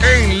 En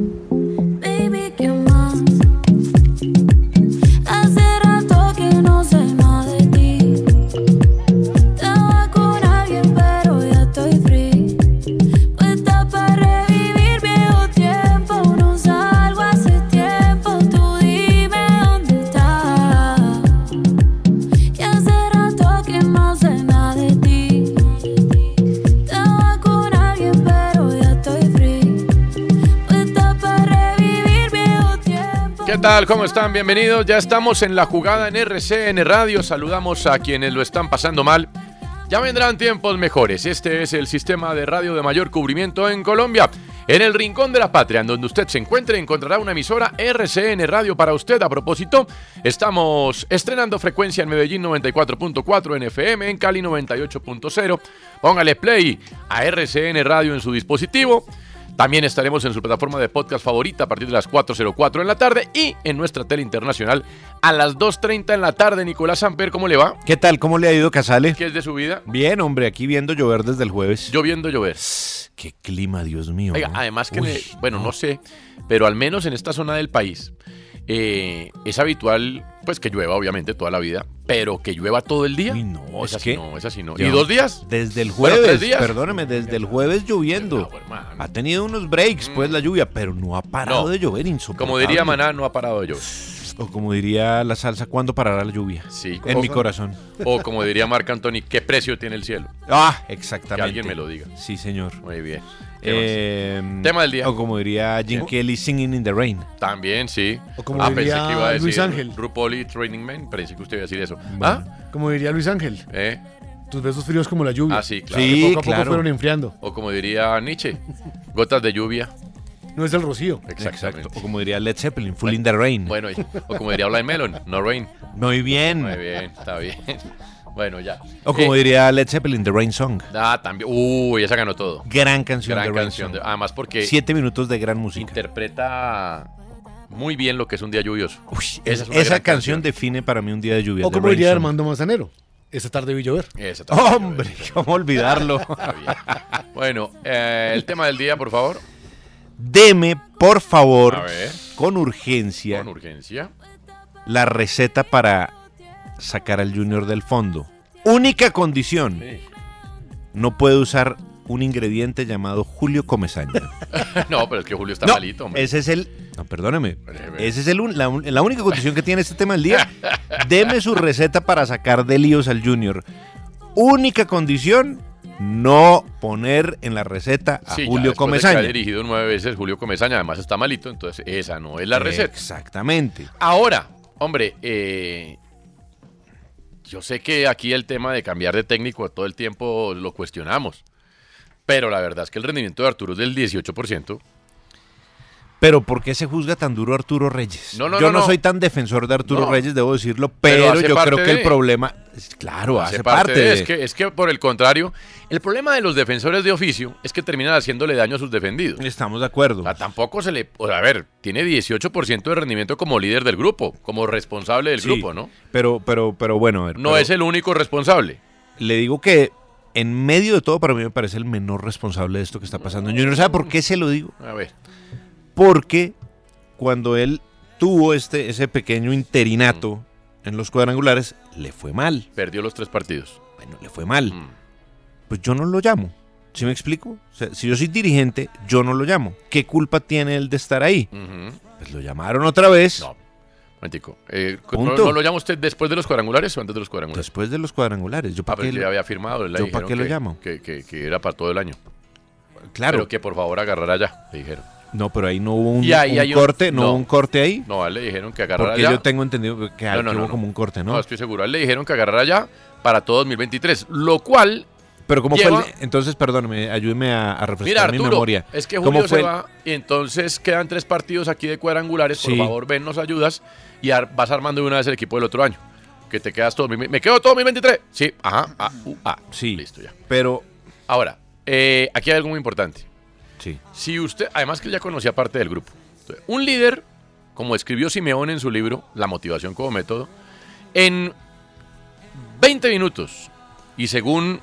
Baby, ¿qué más? Hace rato que no sé más de ti. Estaba con alguien, pero ya estoy free. Puesta para revivir viejo tiempo. No salgo hace tiempo. Tú dime dónde estás. Y hace rato que no sé nada de ti. Estaba con alguien, pero ya estoy free. Puesta para revivir viejo tiempo. ¿Qué tal? ¿Cómo están? Bienvenidos. Ya estamos en la jugada en RCN Radio. Saludamos a quienes lo están pasando mal. Ya vendrán tiempos mejores. Este es el sistema de radio de mayor cubrimiento en Colombia. En el rincón de la patria, en donde usted se encuentre, encontrará una emisora RCN Radio para usted. A propósito, estamos estrenando frecuencia en Medellín 94.4 en FM, en Cali 98.0. Póngale play a RCN Radio en su dispositivo. También estaremos en su plataforma de podcast favorita a partir de las 4.04 en la tarde y en nuestra tele internacional a las 2.30 en la tarde. Nicolás Samper, ¿cómo le va? ¿Qué tal? ¿Cómo le ha ido Casale? ¿Qué es de su vida? Bien, hombre, aquí viendo llover desde el jueves. Lloviendo llover. Qué clima, Dios mío. Oiga, ¿no? además que, Uy, le- bueno, no sé, pero al menos en esta zona del país eh, es habitual, pues que llueva obviamente toda la vida, pero que llueva todo el día. Uy, no, es es así, que- no, es así, no. ¿Y Ya. dos días? Desde el Bueno, jueves, tres días. perdóneme, desde el jueves lloviendo. No, hermano. Mm. Ha tenido unos breaks, pues, la lluvia, pero no ha parado No. de llover insoportable. Como diría Maná, no ha parado de llover. O como diría la salsa, ¿cuándo parará la lluvia? Sí. En mi corazón. O como diría Marc Anthony, ¿qué precio tiene el cielo? Ah, exactamente. Que alguien me lo diga. Sí, señor. Muy bien. ¿Qué más? Em, Tema del día. O como diría Jim Kelly, Singing in the Rain. También, sí. O como ah, pensé diría que iba a decir Luis Ángel. Rupoli Training Man, pensé que usted iba a decir eso. ¿Ah? Como diría Luis Ángel, ¿Eh? tus besos fríos como la lluvia. Ah, sí, claro. Que Sí. poco a poco claro. fueron enfriando. O como diría Nietzsche, gotas de lluvia. No es el rocío. Exactamente. O como diría Led Zeppelin, Full in the Rain. Bueno, y- o como diría Blind Melon, no rain. Muy bien. Muy bien, está bien. Bueno, ya. O como Eh, diría Led Zeppelin, The Rain Song. Ah, también. Uy, esa ganó todo. Gran canción Gran de Rain canción. de- Song. además, porque Siete minutos de gran música. interpreta muy bien lo que es un día lluvioso. Uy, Esa esa es una gran esa canción. canción define para mí un día de lluvia. O de como Rain diría Song. Armando Manzanero, esta tarde vi llover. Esa también. Hombre, ¿cómo olvidarlo? Está bien. Bueno, eh, el tema del día, por favor. Deme, por A favor, ver. con urgencia, Con urgencia. la receta para sacar al Junior del fondo. Única condición, no puede usar un ingrediente llamado Julio Comesaña. No, pero es que Julio está no, malito, hombre. ese es el... No, perdóneme. Breve. Ese es el un- la, un- la única condición que tiene este tema del día. Deme su receta para sacar de líos al Junior. Única condición, no poner en la receta a Sí, ya Julio después de que ha Comesaña. dirigido nueve veces Julio Comesaña, además está malito, entonces esa no es la receta. Exactamente. Ahora, hombre, eh, yo sé que aquí el tema de cambiar de técnico todo el tiempo lo cuestionamos, pero la verdad es que el rendimiento de Arturo es del 18%, Pero ¿por qué se juzga tan duro a Arturo Reyes? No, no, yo no, no, no. soy tan defensor de Arturo No. Reyes, debo decirlo, Pero pero, hace yo parte creo que de. el problema, claro, hace, Hace parte, de- de- Es, que, es que, por el contrario, el problema de los defensores de oficio es que terminan haciéndole daño a sus defendidos. Estamos de acuerdo. O sea, tampoco se le... o sea, a ver, tiene 18% de rendimiento como líder del grupo, como responsable del Sí, grupo, ¿no? Pero, pero, pero bueno, a ver, No pero es el único responsable. le digo que en medio de todo para mí me parece el menor responsable de esto que está pasando. en Junior, ¿sabe por qué se lo digo? A ver. Porque cuando él tuvo este, ese pequeño interinato en los cuadrangulares, le fue mal. Perdió los tres partidos. Bueno, le fue mal. Mm. pues yo no lo llamo. ¿Sí me explico? O sea, si yo soy dirigente, yo no lo llamo. ¿Qué culpa tiene él de estar ahí? Ujú. Pues lo llamaron otra vez. No. Momentico. Eh, Punto. ¿no, no lo llama usted después de los cuadrangulares o antes de los cuadrangulares? Después de los cuadrangulares. Yo Ah, para pero qué es que lo- ya había firmado. le ¿Yo pa' dijeron qué lo que- llamo? Que, que- que era para todo el año. Claro. Pero que por favor agarrara ya, le dijeron. No, pero ahí no hubo un, Y ahí un hay un- corte, no, no. hubo un corte ahí. No, a él le dijeron que agarrara porque ya. yo tengo entendido que, No, no, que no, hubo no. como un corte, ¿no? No, estoy seguro. A él le dijeron que agarrara ya para todo 2023. Lo cual, pero ¿cómo Lleva- fue el de- Entonces, perdóname, ayúdeme a, a refrescar mira, mi Arturo, memoria. es que ¿Cómo Julio se fue el- va y entonces quedan tres partidos aquí de cuadrangulares. Por Sí. favor, ven, nos ayudas y ar- vas armando de una vez el equipo del otro año. Que te quedas todo. mi- ¿Me quedo todo 2023? Sí, ajá, ah, uh, ah. Sí. Listo, ya. Pero, Ahora, eh, aquí hay algo muy importante. sí. Si usted, además que él ya conocía parte del grupo. Entonces, un líder, como escribió Simeón en su libro, La motivación como método, en 20 minutos, y según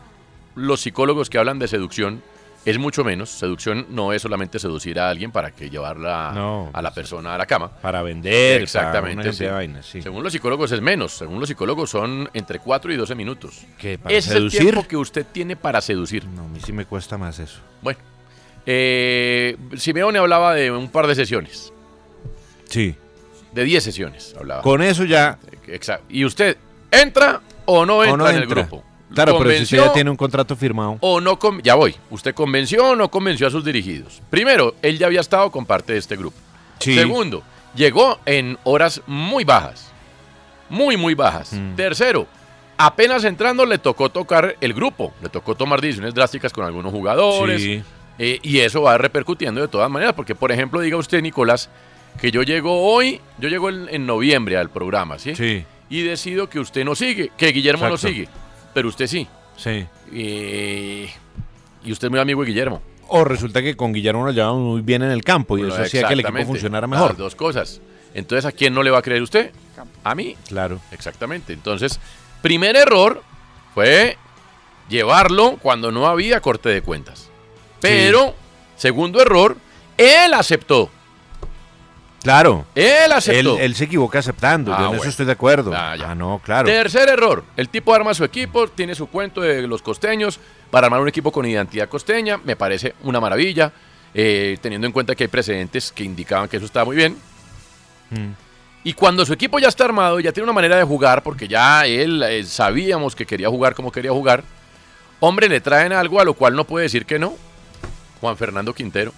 los psicólogos que hablan de seducción, es mucho menos. Seducción no es solamente seducir a alguien para que llevarla No. pues, a la persona a la cama. Para vender, Exactamente. Para una sí. cantidad de vainas, sí. Según los psicólogos es menos. Según los psicólogos son entre 4 y 12 minutos. ¿Qué, para es seducir? el tiempo que usted tiene para seducir. No, a mí sí me cuesta más eso. Bueno, eh, Simeone hablaba de un par de sesiones, Sí. de 10 sesiones hablaba. Con eso ya Exacto. Y usted, ¿entra o no entra o no en el entra. grupo? Claro, pero si usted ¿Convenció ya tiene un contrato firmado. O no con- ya voy. ¿Usted convenció o no convenció a sus dirigidos? Primero, él ya había estado con parte de este grupo. Sí. Segundo, llegó en horas muy bajas. Muy, muy bajas. Mm. Tercero, apenas entrando le tocó tocar el grupo. Le tocó tomar decisiones drásticas con algunos jugadores. Sí. Eh, y eso va repercutiendo de todas maneras. Porque, por ejemplo, diga usted, Nicolás, que yo llego hoy, yo llego en, en noviembre al programa, ¿sí? Sí, Y decido que usted no sigue, que Guillermo no Exacto. sigue. Pero usted sí. sí. Eh, y usted es muy amigo de Guillermo. O resulta que con Guillermo lo llevaban muy bien en el campo y Bueno, eso hacía que el equipo exactamente. funcionara Las mejor. dos cosas. Entonces, ¿a quién no le va a creer usted? A mí. Claro. Exactamente. Entonces, primer error fue llevarlo cuando no había corte de cuentas. Pero, segundo error, él aceptó. Claro. Él Él, aceptó. él se equivoca aceptando, Ah, yo en bueno. eso estoy de acuerdo. Ah, Ah, ya. no, claro. Tercer error, el tipo arma su equipo, tiene su cuento de los costeños para armar un equipo con identidad costeña, me parece una maravilla, eh, teniendo en cuenta que hay precedentes que indicaban que eso estaba muy bien. Mm. Y cuando su equipo ya está armado, ya tiene una manera de jugar, porque ya él eh, sabíamos que quería jugar como quería jugar, hombre, le traen algo a lo cual no puede decir que no. Juan Fernando Quintero.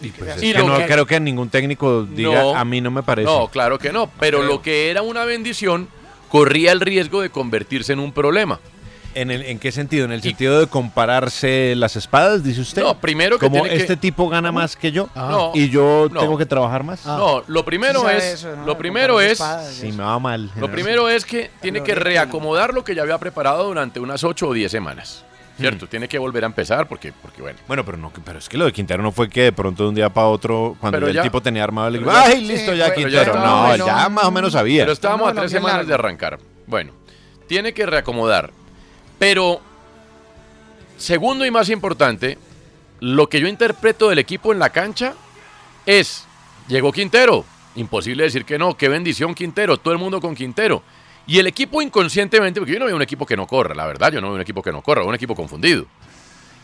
Y pues es y que lo no que- creo que ningún técnico diga, No. a mí no me parece. No, claro que no, pero lo que era una bendición corría el riesgo de convertirse en un problema. ¿En, el- en qué sentido? ¿En el sentido de compararse las espadas, dice usted? No, primero que Como tiene que- este tipo gana más que yo Ah. No. y yo No. Ah. tengo que trabajar más. No, lo primero sabe es, eso, ¿no? lo primero Comparar es, espadas y Sí, eso. me va mal. lo primero es que tiene que reacomodar lo que ya había preparado durante unas 8 o 10 semanas. ¿Cierto? Tiene que volver a empezar porque, porque bueno. Hmm. Bueno, pero no, pero es que lo de Quintero no fue que de pronto de un día para otro, cuando Pero ya ya- el tipo tenía armado el pero equipo. ya- ¡Ay, listo Sí, ya pero ya Quintero! estaba no, muy ya long. más o menos sabía. Pero estábamos No, no, a 3 bien semanas largo. de arrancar. Bueno, tiene que reacomodar. Pero, segundo y más importante, lo que yo interpreto del equipo en la cancha es, llegó Quintero, imposible decir que no, qué bendición Quintero, todo el mundo con Quintero. Y el equipo inconscientemente, porque yo no veo un equipo que no corra, la verdad, yo no veo un equipo que no corra, veo un equipo confundido.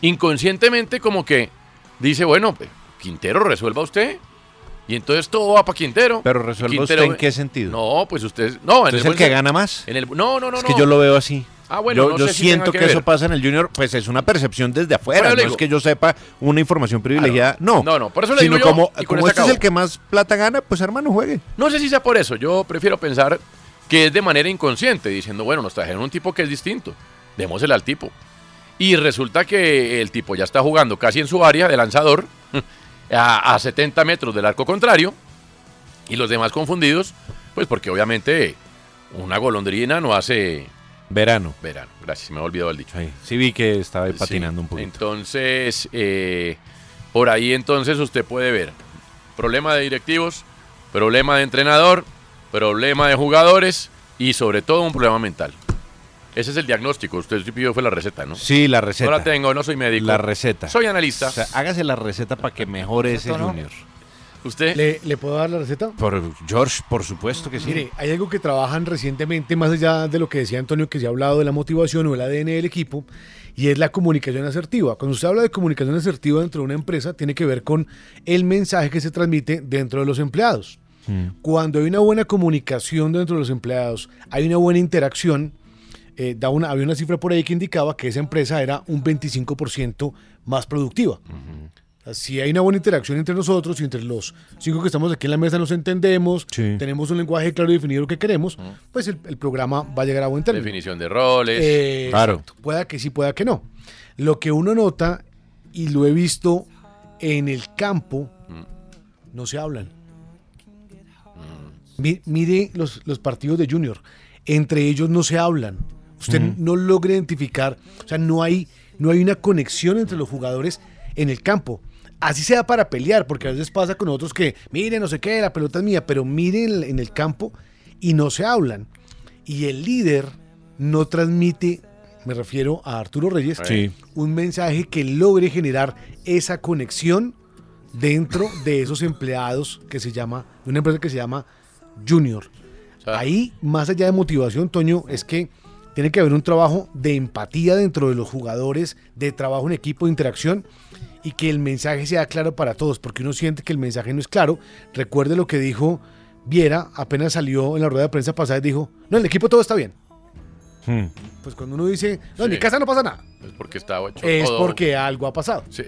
Inconscientemente como que dice, bueno, pues, Quintero resuelva usted. Y entonces todo va para Quintero. Pero resuelva Quintero- usted en qué sentido. No, pues usted... No, en Entonces, el buen que sen- gana más. en el- no, no, no. es que no. yo lo veo así. Ah, bueno, yo no yo sé si tenga siento que que, ver. eso pasa en el Junior, pues es una percepción desde afuera. Por eso No le digo- es que yo sepa una información privilegiada. No. No, no, por eso le Sino digo yo, como, y con como eso este es acabo. el que más plata gana, pues hermano, juegue. No sé si sea por eso. Yo prefiero pensar que es de manera inconsciente, diciendo, bueno, nos trajeron un tipo que es distinto. Démosele al tipo. Y resulta que el tipo ya está jugando casi en su área de lanzador. a, a 70 metros del arco contrario y los demás confundidos, pues porque obviamente una golondrina no hace Verano. verano. Gracias, se me ha olvidado el dicho. Sí, sí vi que estaba ahí patinando Sí, un poquito. Entonces, eh, por ahí entonces usted puede ver problema de directivos, problema de entrenador, problema de jugadores y sobre todo un problema mental. Ese es el diagnóstico. Usted sí pidió fue la receta, ¿no? Sí, la No receta. la tengo, no soy médico. La receta. Soy analista. O sea, hágase la receta para que mejore ese ¿no? Junior. usted, ¿Le, le puedo dar la receta? Por George, por supuesto que sí. Mire, hay algo que trabajan recientemente, más allá de lo que decía Antonio, que se ha hablado de la motivación o el ADN del equipo, y es la comunicación asertiva. Cuando usted habla de comunicación asertiva dentro de una empresa, tiene que ver con el mensaje que se transmite dentro de los empleados. Mm. Cuando hay una buena comunicación dentro de los empleados, hay una buena interacción, eh, da una, había una cifra por ahí que indicaba que esa empresa era un 25% más productiva. Si hay una buena interacción entre nosotros y entre los cinco que estamos aquí en la mesa, nos entendemos, Sí. tenemos un lenguaje claro y definido lo que queremos, pues el, el programa va a llegar a buen término. definición de roles. Eh, Claro. exacto. Pueda que sí, pueda que no. Lo que uno nota, y lo he visto en el campo, no se hablan. Mm. Mi- Mire los, los partidos de Junior. Entre ellos no se hablan. Usted no logra identificar. O sea, no hay, no hay una conexión entre los jugadores en el campo. Así sea para pelear, porque a veces pasa con otros que, mire, no sé qué, la pelota es mía, pero miren en el campo y no se hablan. Y el líder no transmite, me refiero a Arturo Reyes, Sí. un mensaje que logre generar esa conexión dentro de esos empleados que se llama, de una empresa que se llama Junior. sea- Ahí, más allá de motivación, Toño, es que tiene que haber un trabajo de empatía dentro de los jugadores, de trabajo en equipo, de interacción y que el mensaje sea claro para todos, porque uno siente que el mensaje no es claro. Recuerde lo que dijo Viera, apenas salió en la rueda de prensa pasada, dijo, no, en el equipo todo está bien. Hmm. Pues cuando uno dice, no, en Sí. mi casa no pasa nada, es porque está hecho es todo- porque algo ha pasado. Sí.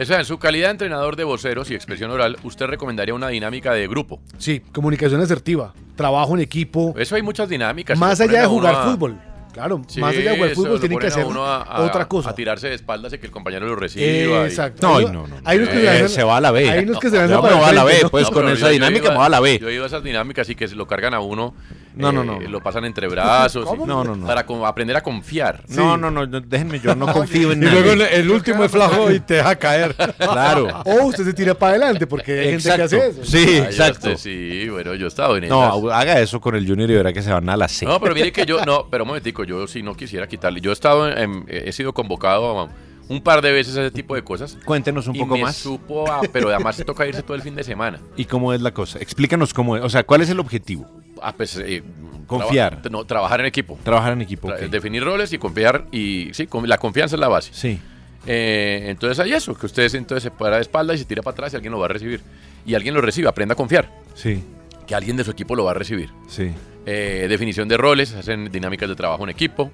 O sea, en su calidad de entrenador de voceros y expresión oral, usted recomendaría una dinámica de grupo. Sí, comunicación asertiva, trabajo en equipo, Eso hay muchas dinámicas. más Se lo allá de ponen a uno jugar a- fútbol. Claro, Sí, más allá de jugar eso, fútbol lo tienen que ponen a hacer uno a- a- otra cosa. Eh, A tirarse de espaldas y que el compañero lo reciba. y- Exacto. No, Hay- no, no, no. Hay unos que Eh, lanzan- se va a la B. Hay unos que se lanzan Yo me para el voy a la B, frente, ¿no? pues No, con pero esa yo- yo dinámica iba- me voy a la B. Yo he ido a esas dinámicas y que se lo cargan a uno. No, eh, no, no. Lo pasan entre brazos. ¿Cómo? y- No, no, no. Para como aprender a confiar. No, no, no, no, déjenme, yo no confío en Y luego nadie. el último es flajo y te deja caer. Claro. O usted se tira para adelante porque hay gente que hace eso. Ah, Sí, Ay, ya exacto. usted Sí, bueno, yo he estado en esas. No, haga eso con el Junior y verá que se van a la C. No, pero mire que yo, no, pero un momentico, yo si no quisiera quitarle. Yo he estado, en- eh, he sido convocado a- un par de veces a ese tipo de cosas. Cuéntenos Pues un y poco me más. supo, a- pero además se toca irse todo el fin de semana. ¿Y cómo es la cosa? Explícanos cómo es. O sea, ¿cuál es el objetivo? Ah, pues, eh, Confiar. traba- no, trabajar en equipo. Trabajar en equipo. Tra- ok. Definir roles y confiar. Y sí, con- la confianza es la base. Sí. Eh, entonces hay eso, que ustedes entonces se para de espalda y se tira para atrás y alguien lo va a recibir. Y alguien lo recibe, aprenda a confiar, Sí, que alguien de su equipo lo va a recibir. sí. Eh, definición de roles, hacen dinámicas de trabajo en equipo.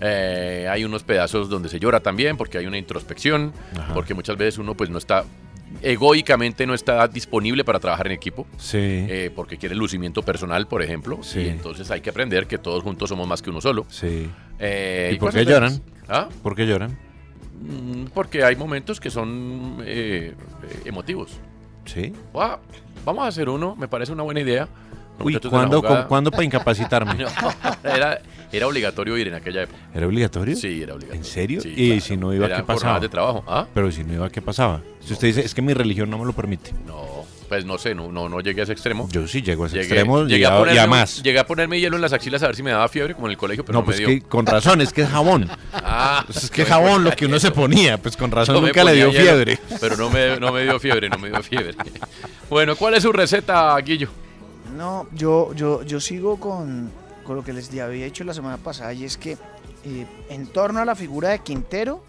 Eh, hay unos pedazos donde se llora también porque hay una introspección, Ajá. porque muchas veces uno pues no está, egoicamente no está disponible para trabajar en equipo. Sí. eh, porque quiere lucimiento personal, por ejemplo. Sí. Y entonces hay que aprender que todos juntos somos más que uno solo. sí. Eh, ¿Y por cosas qué de esas. lloran? ¿Ah? ¿Por qué lloran? Mm, Porque hay momentos que son eh, eh, emotivos. Sí. Ah, vamos a hacer uno, me parece una buena idea. Los Uy, muchachos de la ¿cuándo, jugada- con- ¿cuándo para incapacitarme? No, era, era obligatorio ir en aquella época. ¿Era obligatorio? Sí, era obligatorio. ¿En serio? Sí, ¿Y claro. si no iba, Eran qué pasaba? jornadas de trabajo. ¿Ah? Pero si no iba, ¿qué pasaba? Si usted dice, es que mi religión no me lo permite. No, pues no sé, no, no, no llegué a ese extremo. Yo sí llego a ese Llegué, extremo llegué y a a, y ponerme, a más. llegué a ponerme hielo en las axilas a ver si me daba fiebre, como en el colegio, pero no, no, pues me dio. que con razón, es que es jabón. Ah, Pues es que es jabón lo que uno se ponía, pues con razón Yo me nunca le ponía dio hielo, fiebre. Pero no me, no me dio fiebre, no me dio fiebre. Bueno, ¿cuál es su receta, Guillo? No, yo, yo, yo sigo con, con lo que les di- había dicho la semana pasada y es que eh, en torno a la figura de Quintero,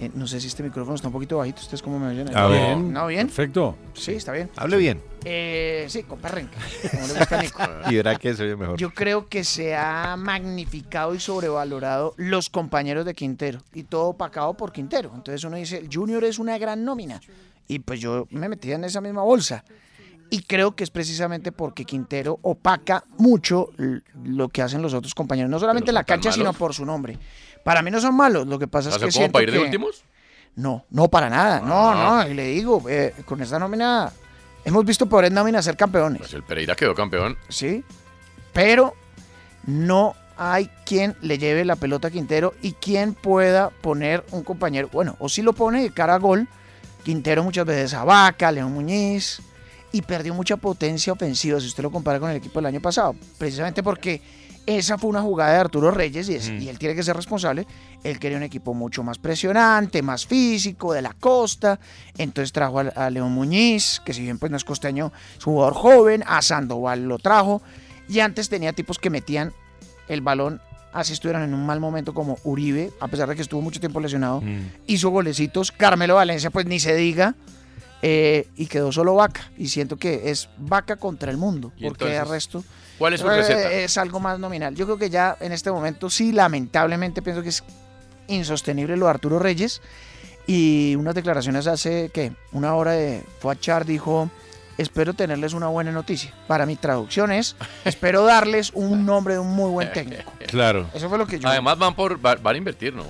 eh, no sé si este micrófono está un poquito bajito, ¿ustedes cómo me oyen? ahí? A ver. ¿No bien? Perfecto. Sí, está bien. Hable bien. Eh, sí, con perrenque, como le gusta a Nico. Y verá que se oye mejor. Yo creo que se ha magnificado y sobrevalorado los compañeros de Quintero y todo opacado por Quintero. Entonces uno dice, el Junior es una gran nómina. Y pues yo me metía en esa misma bolsa. Y creo que es precisamente porque Quintero opaca mucho l- lo que hacen los otros compañeros. No solamente ¿Pero en la son tan cancha, sino malos? por su nombre. Para mí no son malos. Lo que pasa es ¿Hace que como siento para ir de Ah. que- últimos? No, no para nada. No, no, y le digo, eh, con esta nómina hemos visto peores nóminas ser campeones. Pues el Pereira quedó campeón. Sí, pero no hay quien le lleve la pelota a Quintero y quien pueda poner un compañero. Bueno, o si lo pone de cara a gol, Quintero muchas veces a Vaca, León Muñiz, y perdió mucha potencia ofensiva si usted lo compara con el equipo del año pasado, precisamente porque esa fue una jugada de Arturo Reyes y, es- y él tiene que ser responsable. Él quería un equipo mucho más presionante, más físico, de la costa. Entonces trajo a, a León Muñiz, que si bien pues no es costeño, es jugador joven. A Sandoval lo trajo. Y antes tenía tipos que metían el balón así estuvieran en un mal momento como Uribe, a pesar de que estuvo mucho tiempo lesionado, Mm. hizo golecitos, Carmelo Valencia pues ni se diga, eh, y quedó solo vaca, y siento que es vaca contra el mundo, Y porque entonces, el resto ¿Cuál es su eh, receta? es algo más nominal. Yo creo que ya en este momento sí, lamentablemente pienso que es insostenible lo de Arturo Reyes, y unas declaraciones hace que una hora de fue a Char, dijo... Espero tenerles una buena noticia. Para mi traducción es, espero darles un nombre de un muy buen técnico. Claro. Eso fue lo que yo. Además van por va- van a invertir, ¿no?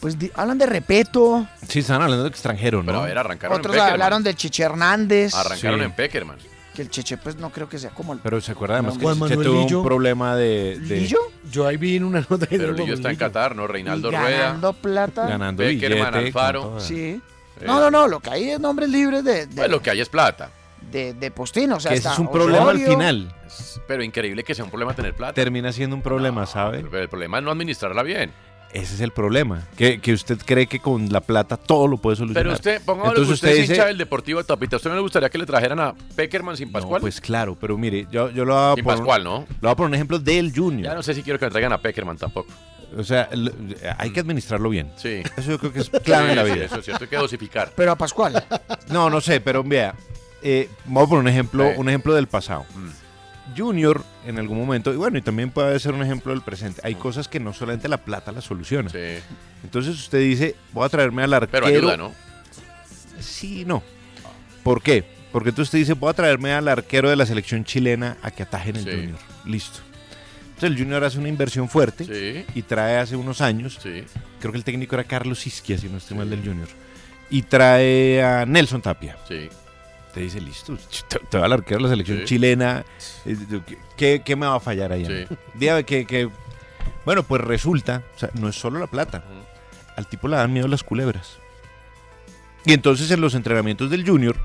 pues di- hablan de Repeto, Sí, están hablando de extranjero, ¿no? Pero a ver, arrancaron otros en Peckerman. hablaron del Cheche Hernández. Arrancaron Sí. en Peckerman. Que el Cheche, pues no creo que sea como el. Pero se acuerda además que Juan Chiche Manuel tuvo Lillo. un problema de, de ¿Lillo? Yo ahí vi en una nota que Pero dijo, Lillo está en "Lillo". Qatar, ¿no? Reinaldo y Rueda. ganando plata. ganando Beckerman, billete, con Alfaro. toda. Sí. Eh. No, no, no. Lo que hay es nombres libres de, de, Pues lo que hay es plata. de, de Postino. O sea, Que ese está es un problema al Osorio. final. Es- Pero increíble que sea un problema tener plata. Termina siendo un problema, ¿sabe? Pero el problema es no administrarla bien. Ese es el problema. Que, que usted cree que con la plata todo lo puede solucionar. Pero usted, pongamos que Entonces usted, es dice, hincha del Deportivo de Tapita. ¿Usted no le gustaría que le trajeran a Peckerman sin Pascual? No, pues claro, pero mire, yo, yo lo voy a sin poner- Pascual, ¿no? lo voy a poner un ejemplo del Junior. Ya no sé si quiero que le traigan a Peckerman tampoco. O sea, lo- hay que administrarlo bien. Sí. Eso yo creo que es clave en la Sí, sí, vida. Eso es cierto, hay que dosificar. Pero a Pascual. No, no sé, pero vea, eh, vamos por un ejemplo, Sí. un ejemplo del pasado. Junior en algún momento, y bueno, y también puede ser un ejemplo del presente. Hay cosas que no solamente la plata la soluciona. Sí. Entonces usted dice, voy a traerme al Pero arquero. ayuda, ¿no? Sí, no. ¿Por qué? Porque entonces usted dice, voy a traerme al arquero de la selección chilena a que ataje en el Sí. Junior. Listo. Entonces el Junior hace una inversión fuerte Sí. y trae hace unos años Sí. creo que el técnico era Carlos Isquia, si no estoy mal del Junior, y trae a Nelson Tapia. Sí. Te dice, listo, ch- te, te va al arquero de la selección Sí. chilena, eh, ¿qué, qué me va a fallar allá? Sí. Dígame que, que- Bueno, pues resulta, o sea, no es solo la plata, al tipo le dan miedo las culebras. Y entonces en los entrenamientos del Junior,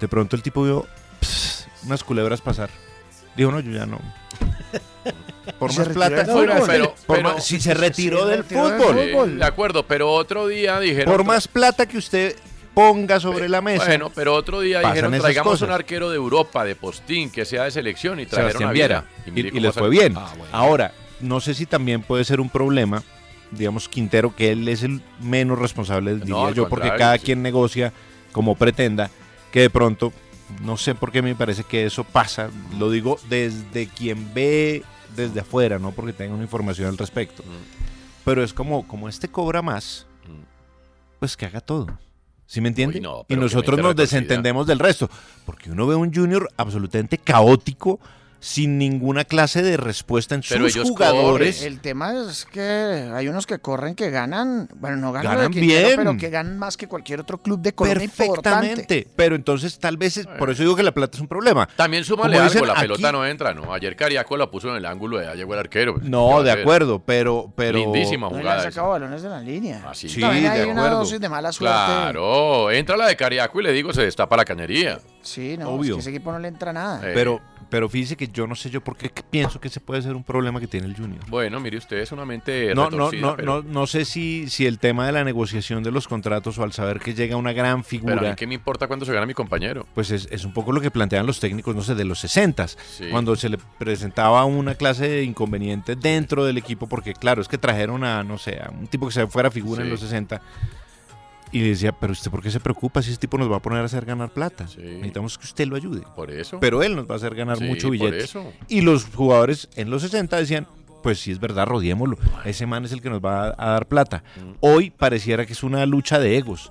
de pronto el tipo vio "Ps", unas culebras pasar. Dijo, no, yo ya no. Por Se más retiró plata, del fútbol. por Pero- pero- más- si se retiró Sí, del retiró del fútbol. Sí, de acuerdo, pero otro día dijeron. Por más plata que usted ponga sobre la mesa. Bueno, pero otro día Pasan dijeron, esas traigamos cosas. un arquero de Europa, de postín, que sea de selección, y trajeron Sebastián a Viera. Viera. Y, mire y cómo les sal- fue bien. Ah, bueno. Ahora, no sé si también puede ser un problema, digamos, Quintero, que él es el menos responsable, diría al yo, porque contrario, cada sí. quien negocia como pretenda, que de pronto, no sé por qué me parece que eso pasa, lo digo desde quien ve desde afuera, no porque tenga una información al respecto. Pero es como, como este cobra más, Mm. pues que haga todo. ¿Sí me entiende? Uy, no, y pero qué nosotros nos meta retorcida. desentendemos del resto. Porque uno ve un junior absolutamente caótico, sin ninguna clase de respuesta en Pero sus ellos jugadores. El tema es que hay unos que corren que ganan. Bueno, no ganan, Ganan lo de Quintero, bien. pero que ganan más que cualquier otro club de Colombia. Perfectamente. Importante. Pero entonces tal vez, es- por eso digo que la plata es un problema. También súmale Como algo, dicen la aquí- pelota no entra, ¿no? Ayer Cariaco la puso en el ángulo de allá llegó el arquero. pues, ¿qué va No, a de hacer? acuerdo, pero... pero Lindísima No le jugada. han esa. sacado balones de la línea. Ah, sí. Sí, También de hay una acuerdo. dosis de mala Ah, suerte. Claro, entra la de Cariaco y le digo, se destapa la cañería. Sí, no, Obvio. es que ese equipo no le entra nada. Eh, Pero, pero fíjese que yo no sé yo por qué pienso que ese puede ser un problema que tiene el junior. Bueno, mire usted, es una mente No, no, retorcida, no, pero, no, no sé si, si el tema de la negociación de los contratos o al saber que llega una gran pero a mí figura, qué me importa cuando se gana mi compañero. pues es, es un poco lo que plantean los técnicos, no sé, de los 60 Sí. cuando se le presentaba una clase de inconveniente dentro del equipo, porque claro, es que trajeron a, no sé, a un tipo que se fuera figura en Sí. los 60. Y decía, pero usted, ¿por qué se preocupa si ese tipo nos va a poner a hacer ganar plata? Sí. Necesitamos que usted lo ayude. Por eso. Pero él nos va a hacer ganar Sí, mucho por billete. eso. Y los jugadores en los 60 decían, pues sí es verdad, rodiémoslo. Ese man es el que Mm. nos va a, a dar plata. Hoy pareciera que es una lucha de egos,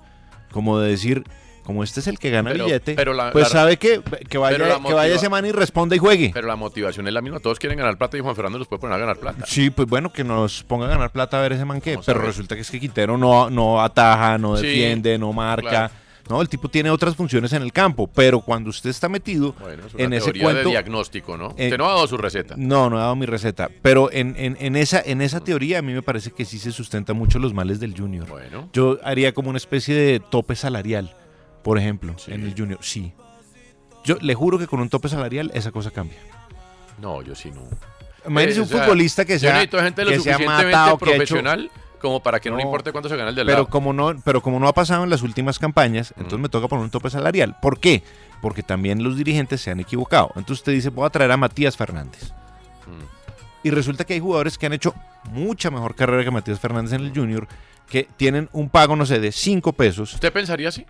como de decir, como este es el que gana Pero- el billete, pero la- pues la- sabe que, que, pero la vaya, que motiva- vaya ese man y responda y juegue. Pero la motivación es la misma. Todos quieren ganar plata y Juan Fernando los puede poner a ganar plata. Sí, pues bueno, que nos ponga a ganar plata a ver ese man que. Vamos a Pero ver. resulta que es que Quintero no, no ataja, no Sí, defiende, no marca. claro. No, el tipo tiene otras funciones en el campo, pero cuando usted está metido Bueno, es una en ese teoría de cuento. diagnóstico, ¿no? Eh, Usted no ha dado su receta. No, no he dado mi receta. Pero en, en- en esa, en esa teoría a mí me parece que sí se sustentan mucho los males del Junior. Bueno, Yo haría como una especie de tope salarial, por ejemplo, Sí. en el Junior. Sí. Yo le juro que con un tope salarial esa cosa cambia. no, yo sí no. Imagínese Eh, un o sea, futbolista que Yo sea, necesito gente lo que se ha suficientemente matado, que ha hecho- profesional como para que no, le No, importe cuánto se gana el de al pero lado. como no, pero como no ha pasado en las últimas campañas, entonces Mm. me toca poner un tope salarial. ¿Por qué? Porque también los dirigentes se han equivocado. Entonces usted dice, voy a traer a Matías Fernández. Mm. Y resulta que hay jugadores que han hecho mucha mejor carrera que Matías Fernández en el Junior, que tienen un pago, no sé, de 5 pesos. ¿Usted pensaría así?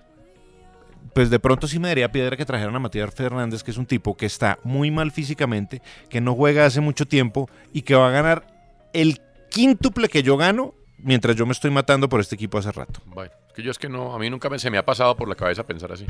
Pues de pronto sí me daría piedra que trajeran a Matías Fernández, que es un tipo que está muy mal físicamente, que no juega hace mucho tiempo y que va a ganar el quíntuple que yo gano mientras yo me estoy matando por este equipo hace rato. Bueno, es que yo es que no, a mí nunca me- se me ha pasado por la cabeza pensar así.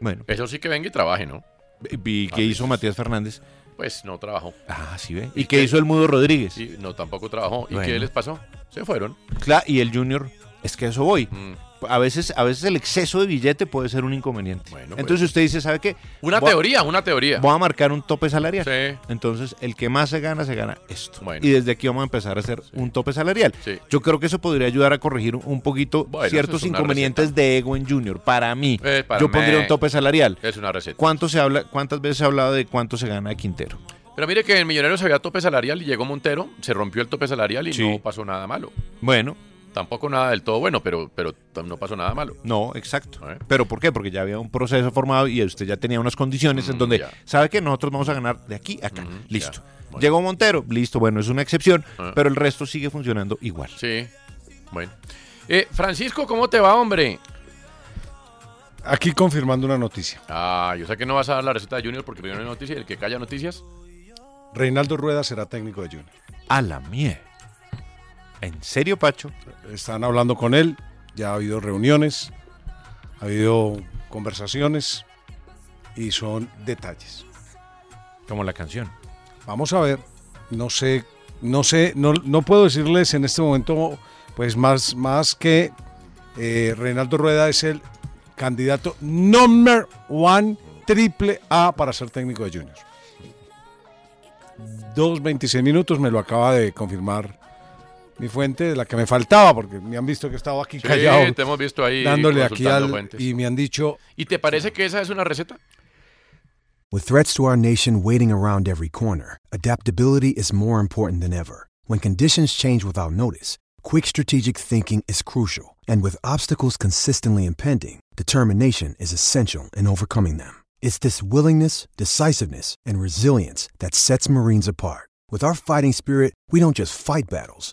Bueno, Eso sí que venga y trabaje, ¿no? ¿y qué hizo Matías Fernández? Pues no trabajó. Ah, sí ve. ¿Y ¿Y qué qué? hizo el Mudo Rodríguez? Sí, no, tampoco trabajó. ¿Y Bueno. qué les pasó? Se fueron. Cla- y el Junior, es que a eso voy. Mm. A veces, a veces el exceso de billete puede ser un inconveniente. Bueno, Entonces pues. usted dice, ¿sabe qué? Una Voy a- teoría, una teoría. Voy a marcar un tope salarial. Sí, Entonces, el que más se gana, se gana esto. Bueno. Y desde aquí vamos a empezar a hacer un tope salarial. sí. Yo creo que eso podría ayudar a corregir un poquito Bueno, ciertos eso es una inconvenientes de ego en Junior. Para mí, Eh, para yo mí. pondría un tope salarial. Es una receta. ¿Cuánto se habla, ¿Cuántas veces se ha hablado de cuánto se gana de Quintero? Pero mire que en Millonarios había tope salarial y llegó Montero, se rompió el tope salarial y Sí. no pasó nada malo. Bueno, Tampoco nada del todo bueno, pero, pero tam- no pasó nada malo. No, exacto. A ver. ¿Pero por qué? Porque ya había un proceso formado y usted ya tenía unas condiciones en Mm, donde ya. sabe que nosotros vamos a ganar de aquí a acá. Ujú, listo. ya. Bueno. Llegó Montero, listo, bueno, es una excepción, Ah. pero el resto sigue funcionando igual. Sí. Bueno. Eh, Francisco, ¿cómo te va, hombre? Aquí confirmando una noticia. Ah, yo sé que no vas a dar la receta de Junior porque primero hay noticias y el que calla noticias. Reinaldo Rueda será técnico de Junior. A la mía. ¿En serio, Pacho? Están hablando con él, ya ha habido reuniones, ha habido conversaciones y son detalles. Como la canción. Vamos a ver, no sé, no sé, no, no puedo decirles en este momento, pues más, más que eh, Reinaldo Rueda es el candidato number one triple A para ser técnico de Junior. Dos 26 minutos me lo acaba de confirmar mi fuente, de la que me faltaba, porque me han visto que he estado aquí Sí, callado, te hemos visto ahí dándole aquí consultando al... fuentes. Y ¿Y, me han dicho, te parece que esa es una receta? With threats to our nation waiting around every corner, adaptability is more important than ever. When conditions change without notice, quick strategic thinking is crucial, and with obstacles consistently impending, determination is essential in overcoming them. It's this willingness, decisiveness, and resilience that sets Marines apart. With our fighting spirit, we don't just fight battles,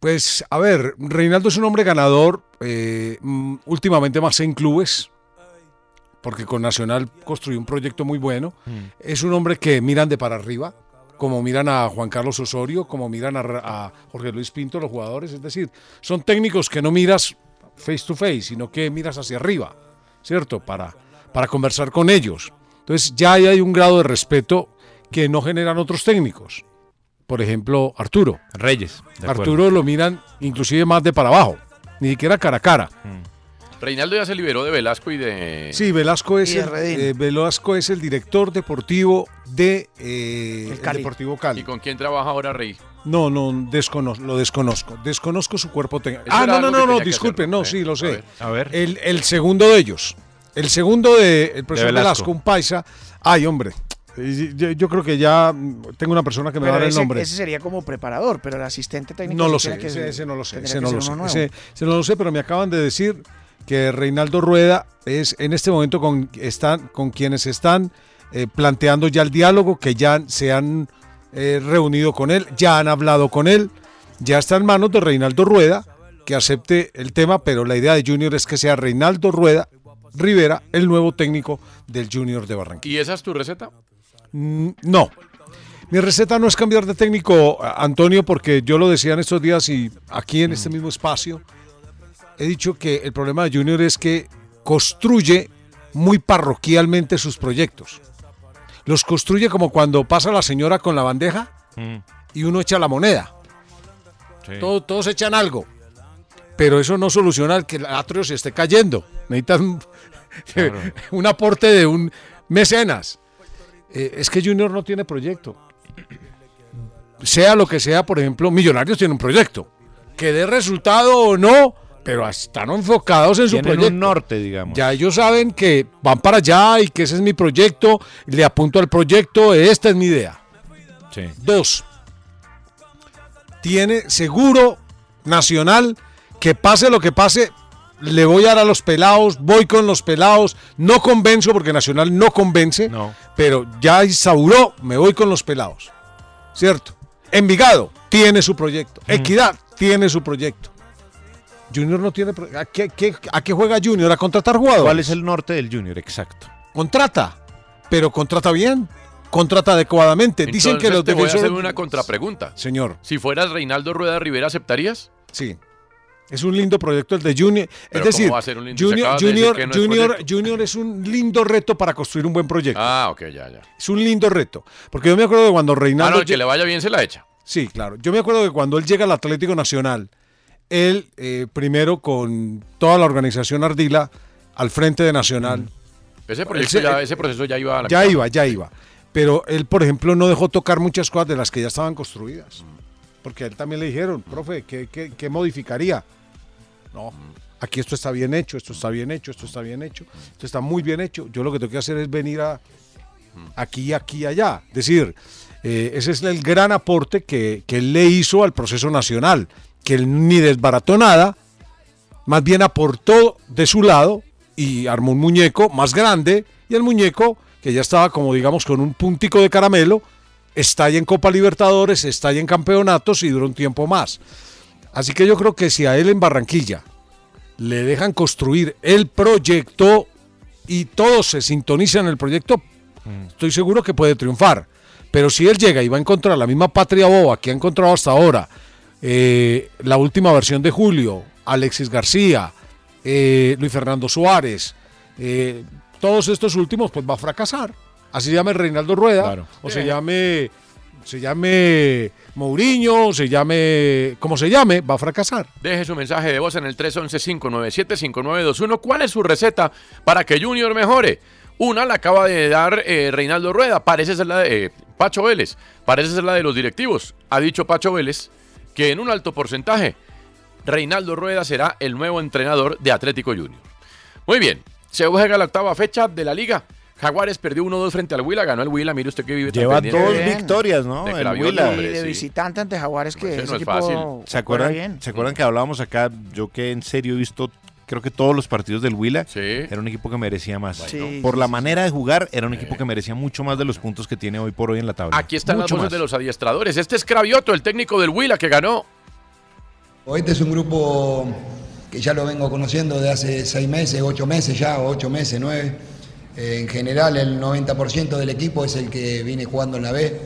Pues, a ver, Reinaldo es un hombre ganador, eh, mm, últimamente más en clubes, porque con Nacional construyó un proyecto muy bueno. Mm. Es un hombre que miran de para arriba, como miran a Juan Carlos Osorio, como miran a, Ra- a Jorge Luis Pinto, los jugadores. Es decir, son técnicos que no miras face to face, sino que miras hacia arriba, ¿cierto? Para, para conversar con ellos. Entonces, ya ahí hay un grado de respeto que no generan otros técnicos. Por ejemplo, Arturo. Reyes. de acuerdo. Arturo lo miran inclusive más de para abajo, ni siquiera cara a cara. Reinaldo ya se liberó de Velasco y de... Sí, Velasco es, Y de el, Redín. eh, Velasco es el director deportivo de eh, El el Cali. Deportivo ¿Y Cali. con quién trabaja ahora Rey? No, no, desconozco, lo desconozco. Desconozco su cuerpo técnico. Eso Ah, era no, no, algo que no, no, tenía que disculpe, hacer. no, Eh, sí, lo a sé. ver. A ver. El, el segundo de ellos, el segundo de el profesor Velasco. Velasco. un paisa. Ay, hombre, Y Yo, yo creo que ya mm, tengo una persona que me va a Pero dar el ese, nombre. ese sería como preparador, pero el asistente técnico. No sí lo tiene sé, que ese, ser- ese no lo sé, tendría ese que no ser lo sé. uno nuevo. Ese, ese no lo sé, pero me acaban de decir que Reinaldo Rueda es en este momento con, están, con quienes están eh, planteando ya el diálogo, que ya se han eh, reunido con él, ya han hablado con él, ya está en manos de Reinaldo Rueda que acepte el tema, pero la idea de Junior es que sea Reinaldo Rueda Rivera el nuevo técnico del Junior de Barranquilla. ¿Y esa es tu receta? Mm, No. Mi receta no es cambiar de técnico, a- Antonio, porque yo lo decía en estos días y aquí en este mismo espacio, he dicho que el problema de Junior es que construye muy parroquialmente sus proyectos. Los construye como cuando pasa la señora con la bandeja y uno echa la moneda. Todo- todos echan algo. Pero eso no soluciona el que el atrio se esté cayendo. Necesitas un, un aporte de un mecenas. Eh, es que Junior no tiene proyecto. Sea lo que sea, por ejemplo, Millonarios tiene un proyecto. Que dé resultado o no, pero están enfocados en su Tienen un proyecto. norte, digamos. Ya ellos saben que van para allá y que ese es mi proyecto, le apunto al proyecto, esta es mi idea. Dos, tiene seguro nacional que pase lo que pase, le voy a dar a los pelados, voy con los pelados, no convenzo porque Nacional no convence, pero ya instauró, me voy con los pelados. ¿Cierto? Envigado tiene su proyecto, Equidad tiene su proyecto. Junior no tiene. pro- ¿A qué, qué- a qué juega Junior? ¿A contratar jugadores? ¿Cuál es el norte del Junior? Exacto. Contrata, pero contrata bien, contrata adecuadamente. Eh, Dicen que Entonces los te voy a hacer defensores. una contrapregunta. Señor. Si fueras Reinaldo Rueda Rivera, ¿aceptarías? Ah, Sí. Es un lindo proyecto el de Junior. Pero es ¿cómo decir, va a ser un lindo? Se Junior, acabas de decir Junior- que no es Junior- proyecto. Junior es un lindo reto para construir un buen proyecto. Ah, ok, ya, ya. Es un lindo reto. Porque yo me acuerdo de cuando Ah, Reinaldo. no, que le vaya bien se la echa. Sí, claro. Yo me acuerdo que cuando él llega al Atlético Nacional, él eh, primero con toda la organización Ardila al frente de Nacional, Ese, proyecto Ese- eh, ya, ese proceso ya iba a la ya mitad. iba, ya iba. Pero él, por ejemplo, no dejó tocar muchas cosas de las que ya estaban construidas. Mm. Porque a él también le dijeron, profe, ¿qué, qué- qué modificaría? Mm. No, aquí esto está bien hecho, esto está bien hecho, esto está bien hecho, Mm. esto está muy bien hecho. Yo lo que tengo que hacer es venir a Mm. aquí, aquí, allá. Es decir, eh, ese es el gran aporte que, que él le hizo al proceso nacional, que él ni desbarató nada, más bien aportó de su lado y armó un muñeco más grande y el muñeco que ya estaba como digamos con un puntico de caramelo está ahí en Copa Libertadores, está ahí en campeonatos y dura un tiempo más. Así que yo creo que si a él en Barranquilla le dejan construir el proyecto y todos se sintonizan en el proyecto, estoy seguro que puede triunfar. Pero si él llega y va a encontrar la misma patria boba que ha encontrado hasta ahora, eh, la última versión de Julio, Alexis García, eh, Luis Fernando Suárez, eh, todos estos últimos, pues va a fracasar. Así se llame Reinaldo Rueda, o se llame, se llame Mourinho, se llame, como se llame, va a fracasar. Deje su mensaje de voz en el 311-597-5921. ¿Cuál es su receta para que Junior mejore? Una la acaba de dar eh, Reinaldo Rueda, parece ser la de eh, Pacho Vélez, parece ser la de los directivos. Ha dicho Pacho Vélez que en un alto porcentaje Reinaldo Rueda será el nuevo entrenador de Atlético Junior. Muy bien, se juega la octava fecha de la liga. Jaguares perdió 1-2 frente al Huila, ganó el Huila, mire usted que vive tan Lleva pendiente dos de- victorias, ¿no? de que El la vio el Huila. Y hombre, de sí. visitante ante Jaguares que Ese ese no es equipo fácil. ¿Se juega acuerdan, bien. ¿Se acuerdan que hablábamos acá? Yo que en serio he visto, creo que todos los partidos del Huila, era un equipo que merecía más. Bueno. Sí, Por sí, la sí, manera de jugar, era un equipo que merecía mucho más de los puntos que tiene hoy por hoy en la tabla. Aquí están mucho las voces más. de los adiestradores. Este es Cravioto, el técnico del Huila que ganó Este es un grupo que ya lo vengo conociendo de hace seis meses, ocho meses ya, o ocho meses, nueve. Eh, en general, el 90% del equipo es el que viene jugando en la B.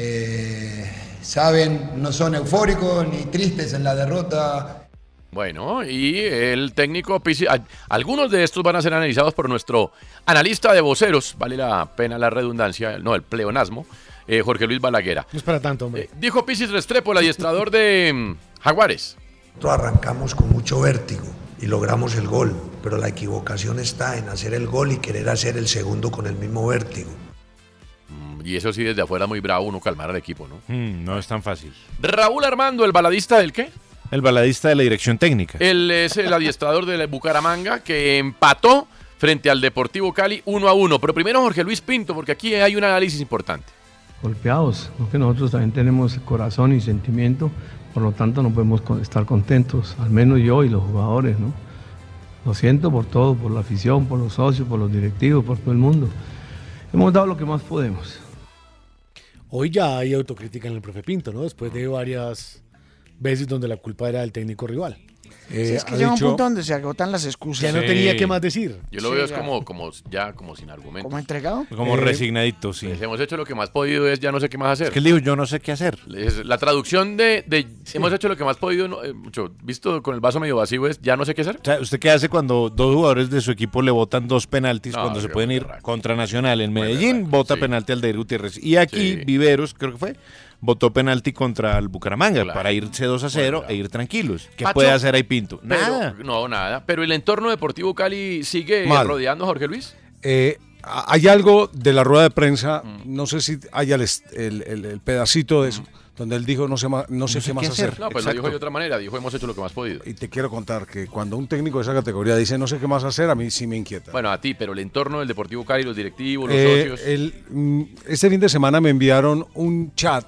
Eh, saben, no son eufóricos ni tristes en la derrota, Bueno, y el técnico Pizzi- a- Algunos de estos van a ser analizados por nuestro analista de voceros, vale la pena la redundancia, no, el pleonasmo, eh, Jorge Luis Balaguera. No es para tanto, hombre. Dijo Pisis Restrepo, el adiestrador de mm, Jaguares. Nosotros arrancamos con mucho vértigo y logramos el gol, pero la equivocación está en hacer el gol y querer hacer el segundo con el mismo vértigo. Mm, Y eso sí, desde afuera muy bravo uno calmar al equipo, ¿no? Mm, no es tan fácil. Raúl Armando, el baladista del qué? El baladista de la dirección técnica. Él es el adiestrador del Bucaramanga que empató frente al Deportivo Cali 1 a 1. Pero primero Jorge Luis Pinto, porque aquí hay un análisis importante. golpeados, ¿no? que nosotros también tenemos corazón y sentimiento, por lo tanto no podemos con- estar contentos, al menos yo y los jugadores, ¿no? Lo siento por todo, por la afición, por los socios, por los directivos, por todo el mundo. Hemos dado lo que más podemos. Hoy ya hay autocrítica en el profe Pinto, ¿no? Después de varias veces donde la culpa era del técnico rival. Eh, Sí, es que llega un punto donde se agotan las excusas. Ya no tenía qué más decir. Yo lo Sí, veo es ya. como, como ya como sin argumentos. ¿Como entregado? Como Eh, resignadito, sí. Les hemos hecho lo que más podido es ya no sé qué más hacer. Es que él dijo, yo no sé qué hacer. Es La traducción de, de hemos hecho lo que más podido, no, eh, mucho, visto con el vaso medio vacío es ya no sé qué hacer. O sea, ¿usted qué hace cuando dos jugadores de su equipo le botan dos penaltis No, cuando se sí, pueden muy ir contra Nacional? En Medellín vota penalti al de Gutiérrez. Y aquí, Viveros, creo que fue, votó penalti contra el Bucaramanga para irse 2 a 0 e ir tranquilos. ¿Qué Pacho, puede hacer ahí Pinto? Pero- Nada. No, nada. Pero el entorno deportivo Cali sigue Mal. rodeando a Jorge Luis. Eh, a- hay algo de la rueda de prensa, no sé si hay el, est- el- el- el pedacito de eso, donde él dijo no sé, ma- no sé qué más hacer. No, pues lo Exacto. dijo de otra manera, dijo hemos hecho lo que más podido. Y te quiero contar que cuando un técnico de esa categoría dice no sé qué más hacer, a mí sí me inquieta. Bueno, a ti, pero el entorno del Deportivo Cali, los directivos, los Eh, socios. el, mm, este fin de semana me enviaron un chat,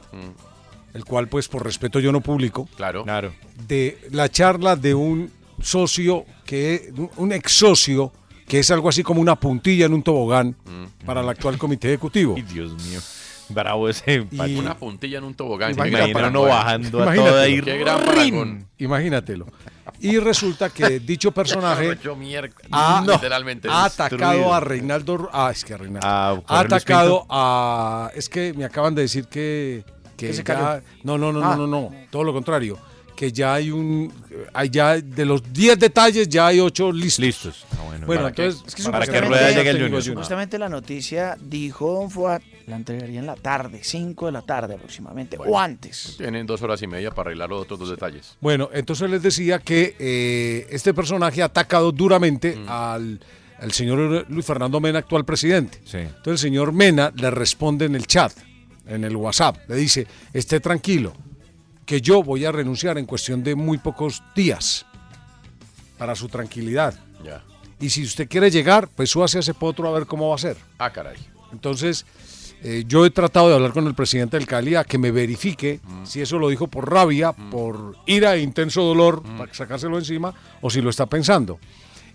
el cual pues por respeto yo no publico. Mm. Claro. Claro. de la charla de un socio que un ex socio que es algo así como una puntilla en un tobogán Mm. para el actual comité ejecutivo. Dios mío. Bravo ese Y- Una puntilla en un tobogán. Imagínate. Qué gran Imagina uno parangón. bajando a toda y Qué gran ¡rin! parangón. Imagínatelo. Y resulta que dicho personaje Yo mierda, ha, literalmente. ha Destruido. atacado a Reinaldo, Ru- ah, es que a Reinaldo, ha Jorge Luis atacado a, es que me acaban de decir que, que Que se ya- cayó. no, no, no, Ah. no, no, no, todo lo contrario, que ya hay un, hay ya de los 10 detalles ya hay 8 listos. Listos. Ah, bueno, entonces supuestamente- Junior. Supuestamente la noticia dijo Don Fuad, la entregaría en la tarde, 5 de la tarde aproximadamente, Bueno, o antes. Tienen dos horas y media para arreglar los otros dos detalles. Bueno, entonces les decía que eh, este personaje ha atacado duramente Mm. al, al señor Luis Fernando Mena, actual presidente. Sí. Entonces el señor Mena le responde en el chat, en el WhatsApp, le dice, esté tranquilo, que yo voy a renunciar en cuestión de muy pocos días, para su tranquilidad. Ya. Y si usted quiere llegar, pues súbase a ese potro a ver cómo va a ser. Ah, caray. Entonces, eh, yo he tratado de hablar con el presidente del Cali a que me verifique Mm. si eso lo dijo por rabia, por ira e intenso dolor, Mm. para sacárselo encima, o si lo está pensando.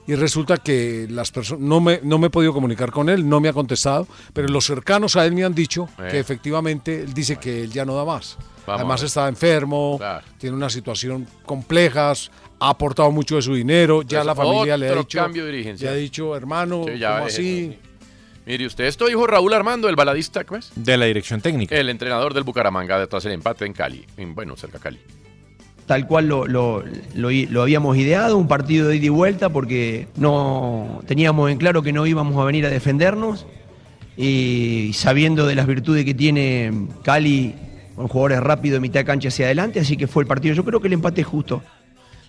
Y resulta que las personas no me, no me he podido comunicar con él, no me ha contestado, pero los cercanos a él me han dicho Eh. que efectivamente él dice que él ya no da más. Vamos a Además ver. está enfermo, tiene una situación compleja, ha aportado mucho de su dinero, ya Entonces, la familia le ha otro dicho, cambio de dirigencia. le ha dicho, hermano, Sí, ya, ¿cómo eh, así? Mire, usted esto dijo Raúl Armando, el baladista, ¿cómo es? De la dirección técnica. El entrenador del Bucaramanga tras el empate en Cali. en- bueno, cerca de Cali. tal cual lo, lo- lo i- lo habíamos ideado, un partido de ida y vuelta, porque no teníamos en claro que no íbamos a venir a defendernos. Y sabiendo de las virtudes que tiene Cali con jugadores rápidos de mitad de cancha hacia adelante, así que fue el partido. Yo creo que el empate es justo.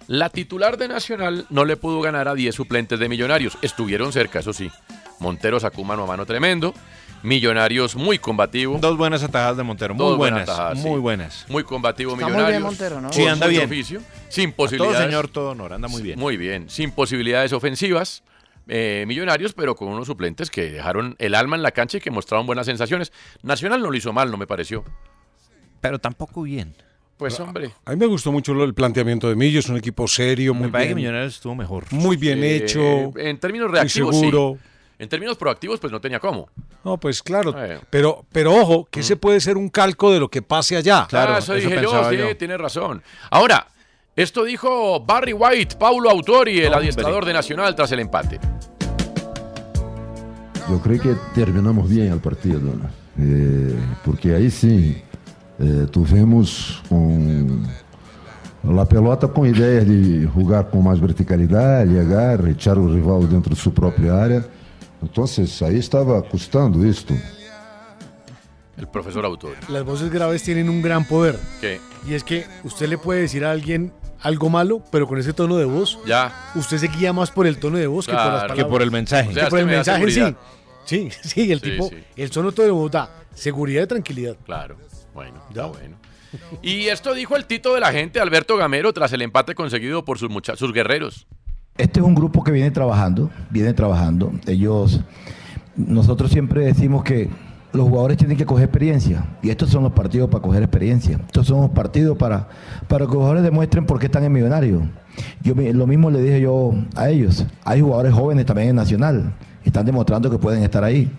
La titular de Nacional no le pudo ganar a 10 suplentes de Millonarios. Estuvieron cerca, eso sí. Montero sacó un mano a mano tremendo. Millonarios muy combativo. Dos buenas atajadas de Montero, muy buenas, muy buenas. Muy combativo Está muy bien Millonarios. Montero, ¿no? con Sí, anda mucho bien. oficio, sin A todo posibilidades. señor, todo honor, anda muy Sí, bien. Muy bien, sin posibilidades ofensivas. eh, millonarios, pero con unos suplentes que dejaron el alma en la cancha y que mostraron buenas sensaciones. Nacional no lo hizo mal, no me pareció. Pero tampoco bien. Pues hombre. A mí me gustó mucho lo- el planteamiento de Millo, es un equipo serio, muy Me parece que bien, Millonarios estuvo mejor. muy bien Eh, hecho. En términos muy reactivos, sí. seguro. En términos proactivos, pues no tenía cómo. No, pues claro. Eh. Pero, pero ojo, Mm. que ese puede ser un calco de lo que pase allá. Ah, eso, dije yo, sí, tiene razón. Ahora, esto dijo Barry White, Paulo Autori, el adiestrador de Nacional tras el empate. Eu creio que terminamos bem o partido, né? Eh, porque aí sim eh, tivemos um, a pelota com ideias de jogar com mais verticalidade, chegar, retirar o rival dentro de sua própria área. Então, aí estava custando isto. El profesor Autori. Las voces graves tienen un gran poder. ¿Qué? Y es que usted le puede decir a alguien algo malo, pero con ese tono de voz, Ya. usted se guía más por el tono de voz que por las Claro. palabras. Que por el mensaje. O sea, Que por este el me da mensaje, sí. seguridad. Sí, sí, el Sí, tipo, sí. el tono de voz da seguridad y tranquilidad. Claro. Bueno, está bueno. Y esto dijo el tito de la gente, Alberto Gamero, tras el empate conseguido por sus, mucha- sus guerreros. Este es un grupo que viene trabajando, viene trabajando. Ellos, nosotros siempre decimos que los jugadores tienen que coger experiencia y estos son los partidos para coger experiencia. Estos son los partidos para, para que los jugadores demuestren por qué están en Millonarios. Yo me- lo mismo le dije yo a ellos. Hay jugadores jóvenes también en Nacional, están demostrando que pueden estar ahí.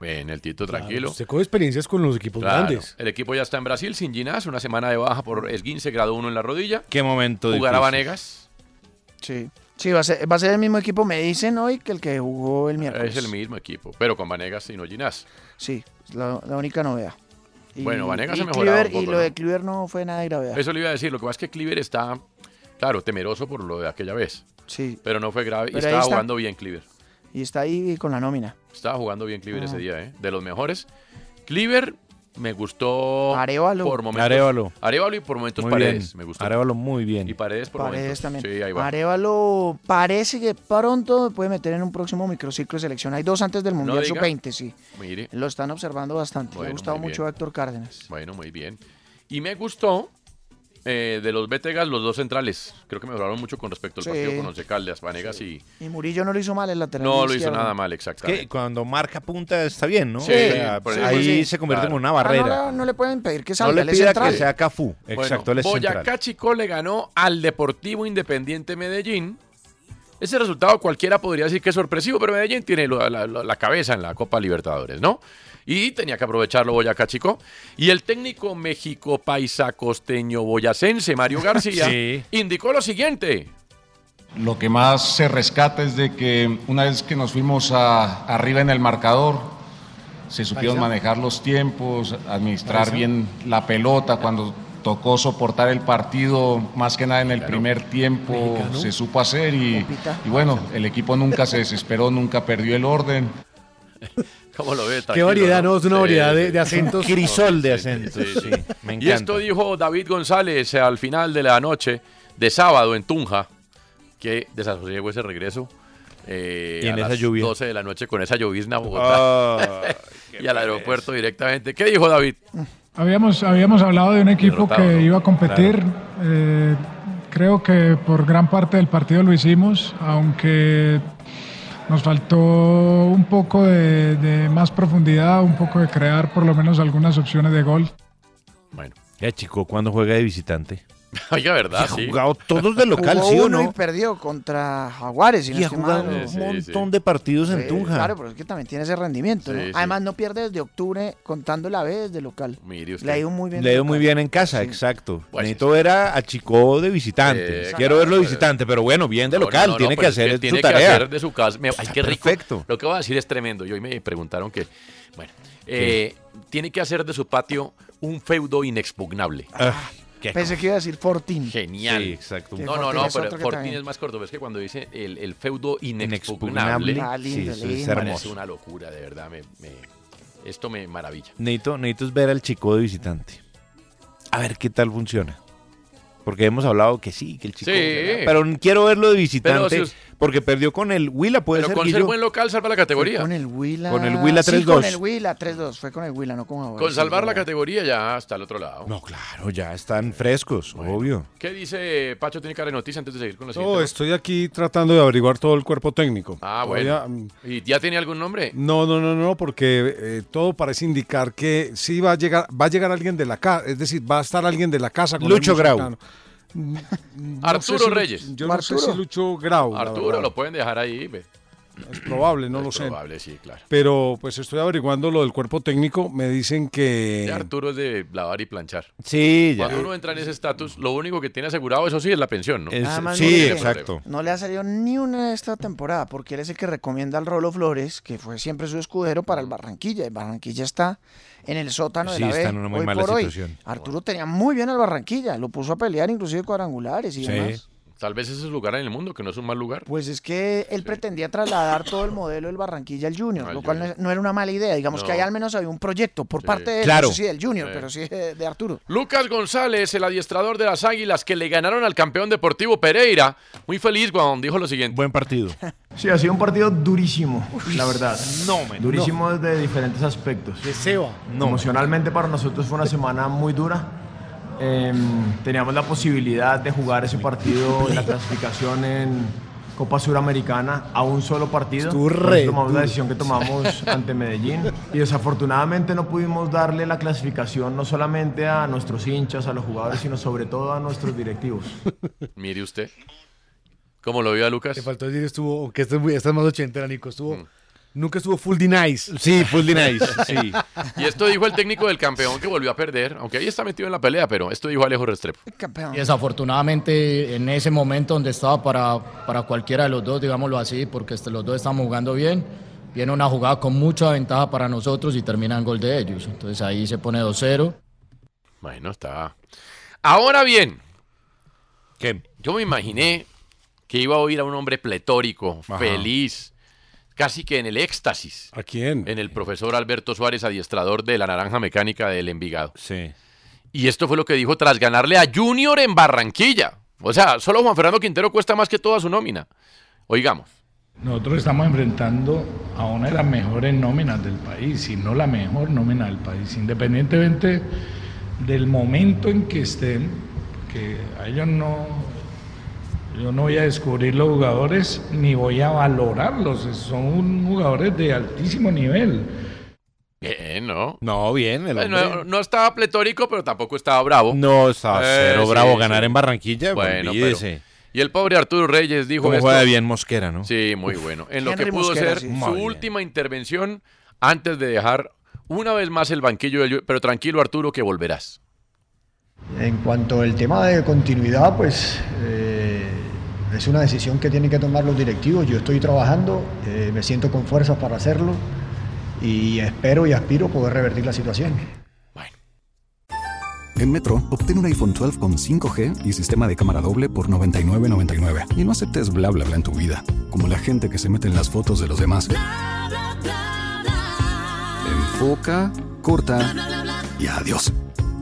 Bien, el Tito tranquilo. Se coge experiencias con los Pues equipos Claro, grandes. El equipo ya está en Brasil sin Ginás, una semana de baja por esguince, grado 1 en la rodilla. Qué momento Jugará difícil. Vanegas. Sí. Sí, va a, ser, va a ser el mismo equipo, me dicen hoy, que el que jugó el miércoles. Es el mismo equipo, pero con Vanegas y no Ginás. Sí, es la, la única novedad. Y- Bueno, Vanegas y ha mejorado Cliver- un Y poco, lo ¿no? de Cliver no fue nada de gravedad. Eso le iba a decir. Lo que pasa es que Cliver está, claro, temeroso por lo de aquella vez. Sí. Pero no fue grave. Y Pero ahí estaba está. jugando bien Cliver. Y está ahí con la nómina. Estaba jugando bien Cliver Ah. ese día, ¿eh? De los mejores. Cliver me gustó por momentos. Arévalo. Arévalo y por momentos Muy bien. Paredes. Me gustó. Arévalo muy bien. Y Paredes por Paredes momentos. también. Sí, ahí va. Arevalo parece que pronto puede meter en un próximo microciclo de selección. Hay dos antes del No Mundial diga. Sub-20, sí. Mire. Lo están observando bastante. Le ha Bueno, gustado muy mucho bien. a Héctor Cárdenas. Bueno, muy bien. Y me gustó eh, de los Betegas los dos centrales. Creo que mejoraron mucho con respecto al Sí. partido con Once Caldas, Vanegas y... Y Murillo no lo hizo mal el lateral. No lo hizo izquierdo. nada mal, Es que exactamente. cuando marca punta está bien, ¿no? Sí, O sea, por el- ahí sí, se convierte claro. en una Ah, no, barrera. No, no le pueden pedir que No salga. le él es pida central. que sea Cafú. Exacto, él es Boyacá central. Chico le ganó al Deportivo Independiente Medellín. Ese resultado cualquiera podría decir que es sorpresivo, pero Medellín tiene la, la- la- la cabeza en la Copa Libertadores, ¿no? Y tenía que aprovecharlo Boyacá Chico. Y el técnico México paisa costeño boyacense, Mario García, Sí. indicó lo siguiente. Lo que más se rescata es de que una vez que nos fuimos a- arriba en el marcador, se supieron Paisa. manejar los tiempos, administrar Paisa. bien la pelota cuando tocó soportar el partido, más que nada en el primer tiempo Mexicano. se supo hacer y, Copita. y bueno, el equipo nunca se desesperó, nunca perdió el orden. ¿Cómo lo ve? Qué variedad, ¿no? Es una variedad de- de acentos. Un Crisol de acentos. Sí, sí. Me Y encanta. esto dijo David González eh, al final de la noche de sábado en Tunja, que desasosiego ese regreso. eh, Y en a esa las lluvia. 12 de la noche con esa llovizna a Bogotá Ah, y al aeropuerto directamente. ¿Qué dijo David? Habíamos, habíamos hablado de un equipo Derrotado, que ¿no? iba a competir. Eh, creo que por gran parte del partido lo hicimos, aunque nos faltó un poco de, de más profundidad, un poco de crear por lo menos algunas opciones de gol. Ya, chico, ¿cuándo juega de visitante? Oiga, ¿verdad? Ha Sí. jugado todos de local, Jugó ¿sí o uno no? Y perdió contra Jaguares. si no Y ha estoy jugado mal, un o- Sí, montón sí. de partidos en Tunja. Claro, pero es que también tiene ese rendimiento. ¿no? Sí, sí. Además, no pierde desde octubre contando la vez de local. Le ha ido muy bien. Le ha de ido muy local. bien en casa, exacto. Necesito ver a, a Chico de visitante. Eh, Quiero verlo de visitante, pero bueno, bien de No, local. no, no, tiene pero que es hacer su tiene que tarea. hacer de su casa. Me- ay, qué rico. perfecto. Lo que voy a decir es tremendo. Y hoy me preguntaron que, bueno, eh, tiene que hacer de su patio un feudo inexpugnable. Ah. Pensé que iba a decir Fortín. Genial. Sí, exacto. No, no, no, pero Fortín es más corto. pero Es que cuando dice el, el feudo Inexpugnable, inexpugnable, Ah, lindo, sí, eso es lindo. parece hermoso. una locura, de verdad. me- me- esto me maravilla. Necesito, necesito es ver al Chico de visitante. A ver qué tal funciona. Porque hemos hablado que sí, que el Chico. Sí. Pero quiero verlo de visitante. Pero si Porque perdió con el Huila, puede Pero ser. con ser Guillo? buen local salva la categoría. Con el Huila. Con el Huila Sí, 3-2. con el Huila 3-2. Fue con el Huila, no con Jaguares. Con sí, salvar es la verdad. categoría ya hasta el otro lado. No, claro, ya están frescos, obvio. ¿Qué dice Pacho? Tiene cara de noticia antes de seguir con la siguiente. No, estoy aquí tratando de averiguar todo el cuerpo técnico. Ah, Todavía, bueno. ¿Y ya tenía algún nombre? No, no, no, no, porque eh, todo parece indicar que sí va a llegar, va a llegar alguien de la casa, es decir, va a estar alguien de la casa. Con Lucho el Grau. cercano. Mm, no Arturo sé si- Reyes. Yo no sé Arturo. si Lucho Grau. la Arturo, verdad. lo pueden dejar ahí. ve. Es probable, no lo sé. Probable, sí, claro. Pero pues estoy averiguando lo del cuerpo técnico. Me dicen Ya que. Arturo es de lavar y planchar. Sí, ya. Cuando uno entra en ese estatus, lo único que tiene asegurado, eso sí, es la pensión, ¿no? Nada más no le- No le ha salido ni una esta temporada, porque él es el que recomienda al Rolo Flores, que fue siempre su escudero para el Barranquilla. El Barranquilla está en el sótano de Sí, la está B, en una muy hoy mala por hoy. situación. Arturo tenía muy bien al Barranquilla, lo puso a pelear inclusive cuadrangulares y demás. Tal vez ese es el lugar en el mundo que no es un mal lugar. Pues es que él pretendía trasladar todo el modelo del Barranquilla al Junior, lo cual no es- no era una mala idea. Digamos que No. ahí al menos había un proyecto por parte de él, Claro. no sé si del Junior, Sí. pero sí de, de Arturo. Lucas González, el adiestrador de las Águilas, que le ganaron al campeón deportivo Pereira. Muy feliz cuando dijo lo siguiente. Buen partido. Sí, ha sido un partido durísimo, la verdad. no, men, Durísimo desde diferentes aspectos. No. Emocionalmente para nosotros fue una semana muy dura. Em, Eh, teníamos la posibilidad de jugar ese partido en la clasificación en, Copa Suramericana a un solo partido. Estuvo Por eso re tomamos duro. la decisión que tomamos ante Medellín. Y desafortunadamente no pudimos darle la clasificación no solamente a nuestros hinchas, a los jugadores, sino sobre todo a nuestros directivos. Mire usted. ¿Cómo lo vio a Lucas? Te faltó decir, estuvo, que esta es, muy- esta es más ochentera, Nico, estuvo, nunca estuvo full denies. Sí, full denies, Y esto dijo el técnico del campeón que volvió a perder, aunque ahí está metido en la pelea, pero esto dijo Alejo Restrepo. Y desafortunadamente en ese momento donde estaba para, para cualquiera de los dos, digámoslo así, porque este, los dos estamos jugando bien, viene una jugada con mucha ventaja para nosotros y termina en gol de ellos. Entonces ahí se pone 2-0. Bueno, está. Ahora bien, que yo me imaginé que iba a oír a un hombre pletórico, Ajá. feliz, casi que en el éxtasis. ¿A quién? En el profesor Alberto Suárez, adiestrador de la Naranja Mecánica del Envigado. Sí. Y esto fue lo que dijo tras ganarle a Junior en Barranquilla. O sea, solo Juan Fernando Quintero cuesta más que toda su nómina. Oigamos. Nosotros estamos enfrentando a una de las mejores nóminas del país, si no la mejor nómina del país, independientemente del momento en que estén, que a ellos no, yo no voy a descubrir los jugadores ni voy a valorarlos, son jugadores de altísimo nivel. Bien, ¿no? No, bien. El Pues hombre- no, no estaba pletórico, pero tampoco estaba bravo. No, estaba cero bravo. Ganar en Barranquilla, Eh, Bueno, olvídese. pero- Y el pobre Arturo Reyes dijo Como esto. juega bien Mosquera, ¿no? Sí, muy bueno. En lo Henry que pudo Mosquera, ser sí. su Muy bien. última intervención antes de dejar una vez más el banquillo del Ju- Pero tranquilo, Arturo, que volverás. En cuanto al tema de continuidad, pues eh, es una decisión que tienen que tomar los directivos. Yo estoy trabajando, eh, me siento con fuerzas para hacerlo y espero y aspiro poder revertir la situación. En Metro, obtén un iPhone 12 con 5G y sistema de cámara doble por $99.99. Y no aceptes bla bla bla en tu vida, como la gente que se mete en las fotos de los demás. Enfoca, corta y adiós.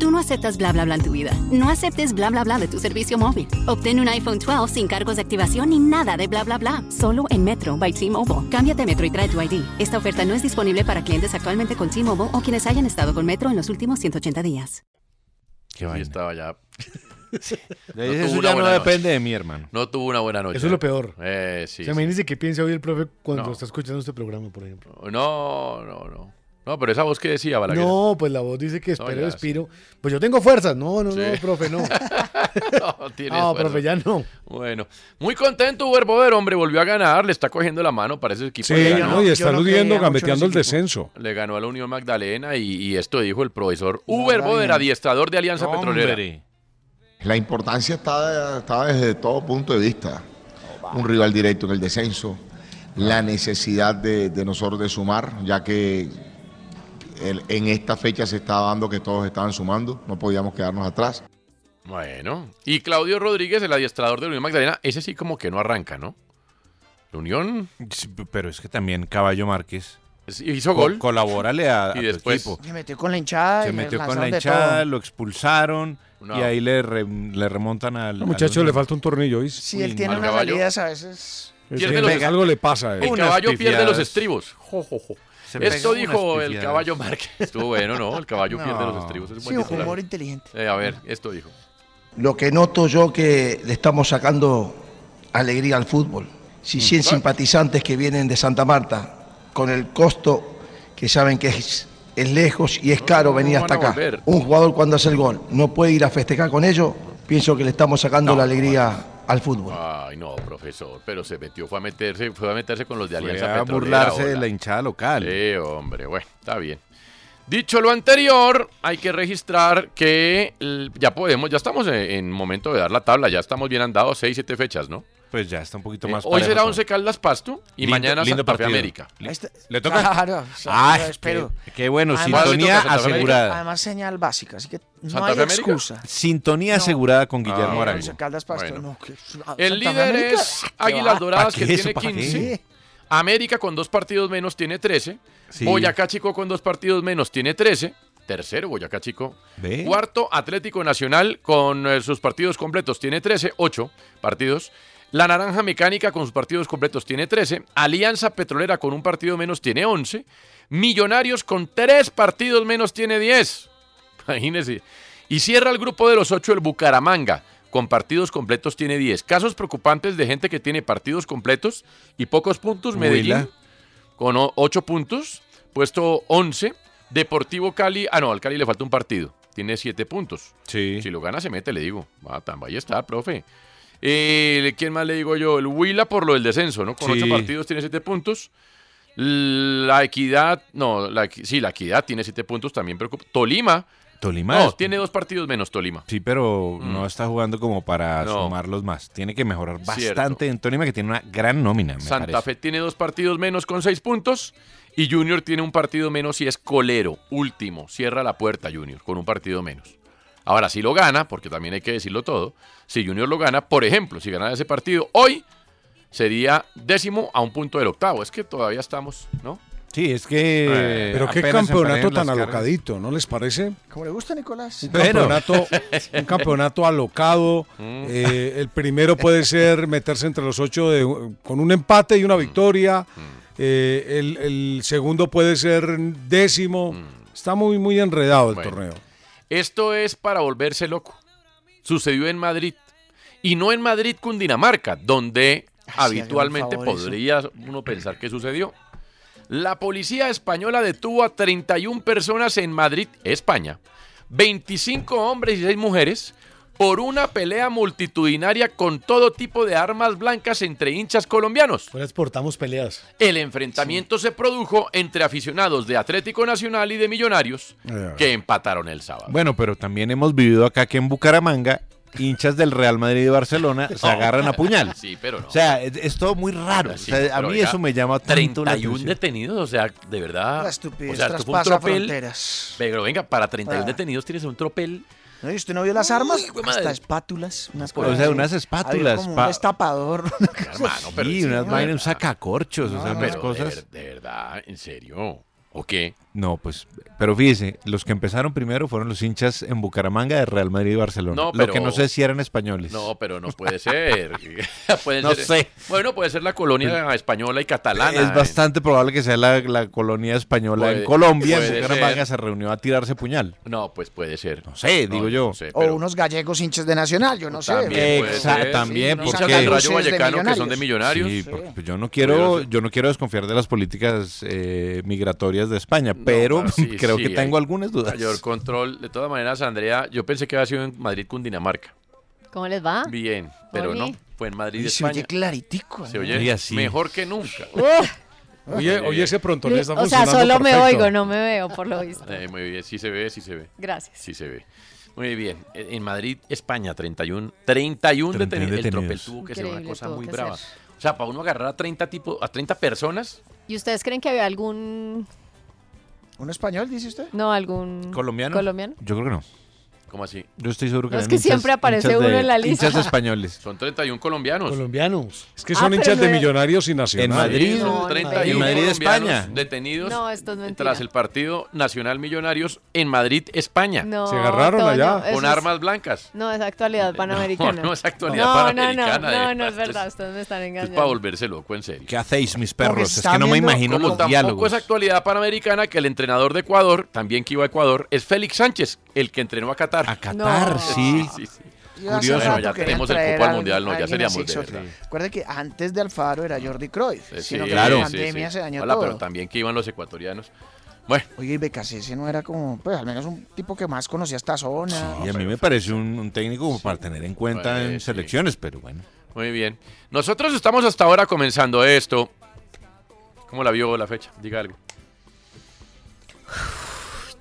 Tú no aceptas bla bla bla en tu vida. No aceptes bla bla bla de tu servicio móvil. Obtén un iPhone 12 sin cargos de activación ni nada de bla bla bla. Solo en Metro by T-Mobile. Cámbiate a Metro y trae tu ID. Esta oferta no es disponible para clientes actualmente con T-Mobile o quienes hayan estado con Metro en los últimos 180 días. Qué estaba ya. No Eso tuvo una ya no buena noche. depende de mí, hermano. No tuvo una buena noche. Eso es lo peor. Eh, sí, o sea, sí. imagínense qué piensa hoy el profe cuando No. está escuchando este programa, por ejemplo. No, no, no. No, pero esa voz que decía Balaguer. No, pues la voz dice que espero, ya, respiro. Pues yo tengo fuerzas. No, no, Sí. no, profe, no. No, tiene No, esfuerzo. profe, ya no. Bueno, muy contento Uber Boder, hombre, volvió a ganar, le está cogiendo la mano para ese equipo. Sí, le no, y está aludiendo, gambeteando el descenso. Le ganó a la Unión Magdalena y, y esto dijo el profesor Uber Boder, adiestrador de Alianza Petrolera. La importancia está, está desde todo punto de vista. Un rival directo en el descenso, la necesidad de, de nosotros de sumar, ya que el- en esta fecha se estaba dando que todos estaban sumando, no podíamos quedarnos atrás. Bueno, y Claudio Rodríguez, el adiestrador de la Unión Magdalena, ese sí como que no arranca, ¿no? La Unión. Pero es que también Caballo Márquez hizo co- gol. Colabórale a, Y a tu después- equipo. Se metió con la hinchada. y Se le metió con lanzaron la de hinchada, todo. lo expulsaron No. y ahí le, re- le remontan al. No, muchacho, al- le falta un tornillo. ¿oís? Si él tiene al unas caballo. salidas a veces. Es Pierde que los- le- algo le pasa. a él. El caballo pierde los estribos. Jo, jo, jo. Se Esto pega dijo unas el pifiadas. caballo Márquez. Estuvo bueno, ¿no? El caballo No. pierde los estribos. Es Sí, buen un titular. humor inteligente. Eh, a ver, esto dijo. Lo que noto yo que le estamos sacando alegría al fútbol. Mm. Si 100 simpatizantes que vienen de Santa Marta, con el costo que saben que es, es lejos y es caro venir van hasta a acá. volver. Un jugador cuando hace el gol no puede ir a festejar con ellos. Pienso que le estamos sacando la alegría al fútbol. Ay, no, profesor, pero se metió, fue a meterse, fue a meterse con los de Fue Alianza a Petrolera, burlarse de hola. la hinchada local. Sí, hombre, bueno, está bien. Dicho lo anterior, hay que registrar que el- ya podemos, ya estamos en, en momento de dar la tabla, ya estamos bien andados, seis, siete fechas, ¿no? Pues ya está un poquito Eh, más hoy será parejo. Once Caldas Pasto y Lindo- mañana lindo Santa Fe partido. América. Li- Este- ¿Le toca? Claro, Ah, yo espero. qué- qué bueno, Además- sintonía Santa Fe, asegurada. Además, señal básica, así que no ¿Santa hay Fe América? Ah, excusa. Sintonía asegurada con Guillermo No, Arango. Once Caldas Pasto, Bueno. no, que- Ah, ¿Santa Fe El líder América? es ¿Qué va? Águilas Doradas, ¿Pa' que qué eso? tiene ¿Pa' qué? 15. América con dos partidos menos tiene 13. Sí. Boyacá Chico con dos partidos menos tiene 13. Tercero, Boyacá Chico. Ve. Cuarto, Atlético Nacional con eh, sus partidos completos tiene 13, 8 partidos. La Naranja Mecánica con sus partidos completos tiene 13. Alianza Petrolera con un partido menos tiene 11. Millonarios con tres partidos menos tiene 10. Imagínense. Y cierra el grupo de los ocho el Bucaramanga. Con partidos completos tiene 10. Casos preocupantes de gente que tiene partidos completos y pocos puntos. Medellín Huila. con 8 puntos, puesto 11. Deportivo Cali, ah no, al Cali le falta un partido, tiene 7 puntos. Si lo gana se mete, le digo. Ah, tan vaya está, profe. Eh, ¿Quién más le digo yo? El Huila por lo del descenso, ¿no? Con 8 Sí. partidos tiene 7 puntos. La Equidad, no, la, Equi- sí, la Equidad tiene 7 puntos, también preocupa. Tolima. Tolima No, es- tiene dos partidos menos Tolima. Sí, pero Mm. no está jugando como para No. sumarlos más. Tiene que mejorar Cierto. bastante en Tolima, que tiene una gran nómina, me Santa parece. Fe tiene dos partidos menos con seis puntos y Junior tiene un partido menos y es colero, último. Cierra la puerta Junior con un partido menos. Ahora, si lo gana, porque también hay que decirlo todo, si Junior lo gana, por ejemplo, si ganara ese partido hoy, sería décimo a un punto del octavo. Es que todavía estamos, ¿no? Sí, es que... Eh, Pero qué apenas campeonato emparejamos tan las cargas. alocadito, ¿no les parece? Como le gusta, Nicolás. Un campeonato, un campeonato alocado. Mm. eh, el primero puede ser meterse entre los ocho de- con un empate y Mm. una victoria. eh, el, el segundo puede ser décimo. Está muy, muy enredado el Mm. Bueno. torneo. Esto es para volverse loco. Sucedió en Madrid. Y no en Madrid, Cundinamarca, donde habitualmente favor eso. podría uno pensar que sucedió. La policía española detuvo a 31 personas en Madrid, España. 25 hombres y 6 mujeres por una pelea multitudinaria con todo tipo de armas blancas entre hinchas colombianos. Ahora exportamos peleas. El enfrentamiento se produjo entre aficionados de Atlético Nacional y de Millonarios que empataron el sábado. Bueno, pero también hemos vivido acá que en Bucaramanga, hinchas del Real Madrid y Barcelona se No. agarran a puñal. Sí, pero no. O sea, es, es todo muy raro. O Sí, sea, a pero mí oiga, Ah, eso me llama tanto 31 la atención. detenidos, o sea, de verdad. La estupidez o sea, esto fue un traspasa tropel. fronteras. Pero venga, para 31 Ah. detenidos tienes un tropel. ¿No? ¿Y usted no vio las armas? hijo de madre. Hasta espátulas. Unas O cosas sea, así. unas espátulas, Había como pa- un destapador. una cosa pues, Hermano, así. pero Sí, sí, unas no, vainas, de un sacacorchos, o sea, No, pero unas de cosas. ver- De, verdad, en serio. ¿O qué? No, pues, pero fíjese, los que empezaron primero fueron los hinchas en Bucaramanga de Real Madrid y Barcelona. No, Lo pero- que no sé si eran españoles. No, pero no puede ser. Pueden No ser- sé. Bueno, puede ser la colonia española y catalana. es bastante probable que sea la, la colonia española Ah, Puede- en Colombia. En puede Bucaramanga ser. se reunió a tirarse puñal. No, pues puede ser. No sé, No, digo yo. no sé, O unos gallegos hinchas de Nacional, yo no sé. También, pero- Exa- también unos porque andaluces de Millonarios. Millonarios. Sí, Sí. porque, pues, yo no quiero, yo no quiero desconfiar de las políticas eh, migratorias de España, pero claro, sí, creo sí, que hay tengo algunas dudas. Mayor control. De todas maneras, Andrea, yo pensé que había sido en Madrid, Cundinamarca. ¿Cómo les va? Bien, pero Oli. no. Fue en Madrid, Y se España. oye claritico. Se ¿no? oye Y así. mejor que nunca. Oye, oye, ese pronto Luis, o sea, solo me oigo, no me veo, por lo visto. Eh, muy bien, sí se ve, sí se ve. Gracias. Sí se ve. Muy bien. eh, En en Madrid, España, 31, 31, 31 detenidos. El tropel detenidos. tuvo que ser una Increíble, cosa tuvo muy que brava. ser. O sea, para uno agarrar a 30, tipo, a 30 personas, ¿Y ustedes creen que había algún, ¿Un español, dice usted? no, algún ¿Colombiano? colombiano? Yo creo que no. ¿cómo así? Yo estoy seguro que No, es eran que hinchas- siempre aparece hinchas uno de- en la lista. Hinchas españoles. Son 31 colombianos. Colombianos. Es que Ah, son hinchas de Millonarios y Nacional. En Madrid, Sí, son 31 en Madrid, colombianos España. detenidos No, esto es mentira. tras el partido Nacional Millonarios en Madrid, España. No, Se agarraron Toño, allá. eso Con es- armas blancas. No, es actualidad panamericana. Eh, no es actualidad no, panamericana, No, no, no, de no es verdad. verdad, ustedes me están Es engañando. para volverse loco, en serio. ¿Qué hacéis, mis perros? Es que no me imagino Como los tampoco diálogos. es actualidad panamericana que el entrenador de Ecuador, también que iba a Ecuador, es Félix Sánchez, el que entrenó a Qatar. A Qatar, No. sí. Yo hace Curioso, rato ya quería tenemos el traer cupo al al- mundial, no, ya alguien seríamos así de exótico. verdad. Acuérdate que antes de Alfaro era Jordi Cruyff, Eh, sino sí, que claro, sí, la pandemia sí. se dañó Hola, todo. pero también que iban los ecuatorianos. Bueno. Oye, y Becasese no era como, pues al menos un tipo que más conocía esta zona. Y a mí me parece un, un técnico como para tener en cuenta Pues, en selecciones, pero bueno. Muy bien. Nosotros estamos hasta ahora comenzando esto. ¿Cómo la vio la fecha? Diga algo.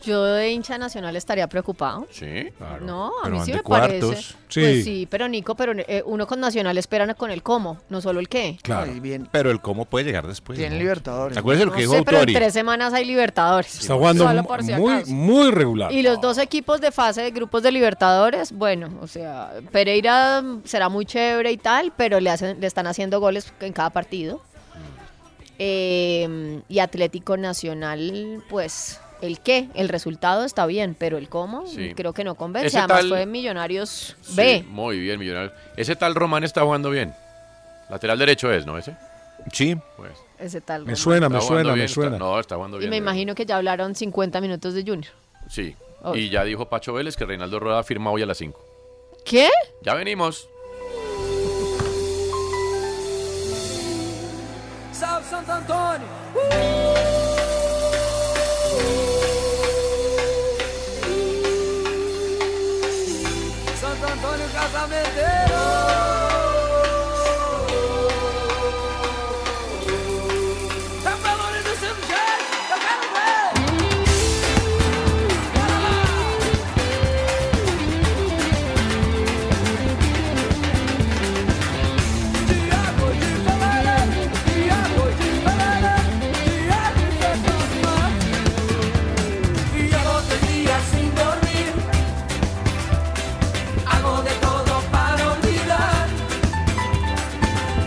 Yo de hincha nacional estaría preocupado. Sí, claro. No, a Pero mí van sí de me parece. cuartos. Sí. Pues sí, pero Nico, pero eh, uno con Nacional espera con el cómo, no solo el qué. Claro. Pero el cómo puede llegar después. Tiene ¿no? Libertadores. Acuérdate lo No que dijo sé, pero en Autori. tres semanas hay Libertadores. Está jugando Solo por si muy, acaso. muy regular. Y los dos equipos de fase de grupos de Libertadores, bueno, o sea, Pereira mm, será muy chévere y tal, pero le, hacen, le están haciendo goles en cada partido. Eh, y Atlético Nacional, pues, el qué, el resultado está bien, pero el cómo Sí. creo que no convence. Ese Además tal- fue Millonarios Sí, B. muy bien, millonario. Ese tal Román está jugando bien. Lateral derecho es, ¿no? Ese. Sí. Pues. Ese tal Me Román. suena, me Está jugando suena, bien, me está- suena. no, está jugando Y bien. me de verdad. imagino que ya hablaron 50 minutos de Junior. Sí. Oh. Y ya dijo Pacho Vélez que Reinaldo Rueda firma hoy a las 5. ¿Qué? Ya venimos. Salve Santo Antônio! Santo Antônio Casamenteiro! Tá valorando do seu jeito, eu quero ver! Bora lá! Tiago de Pereira, Tiago de Pereira, Tiago de Pereira. E eu outro dia sem dormir. Hago de todo para olvidar.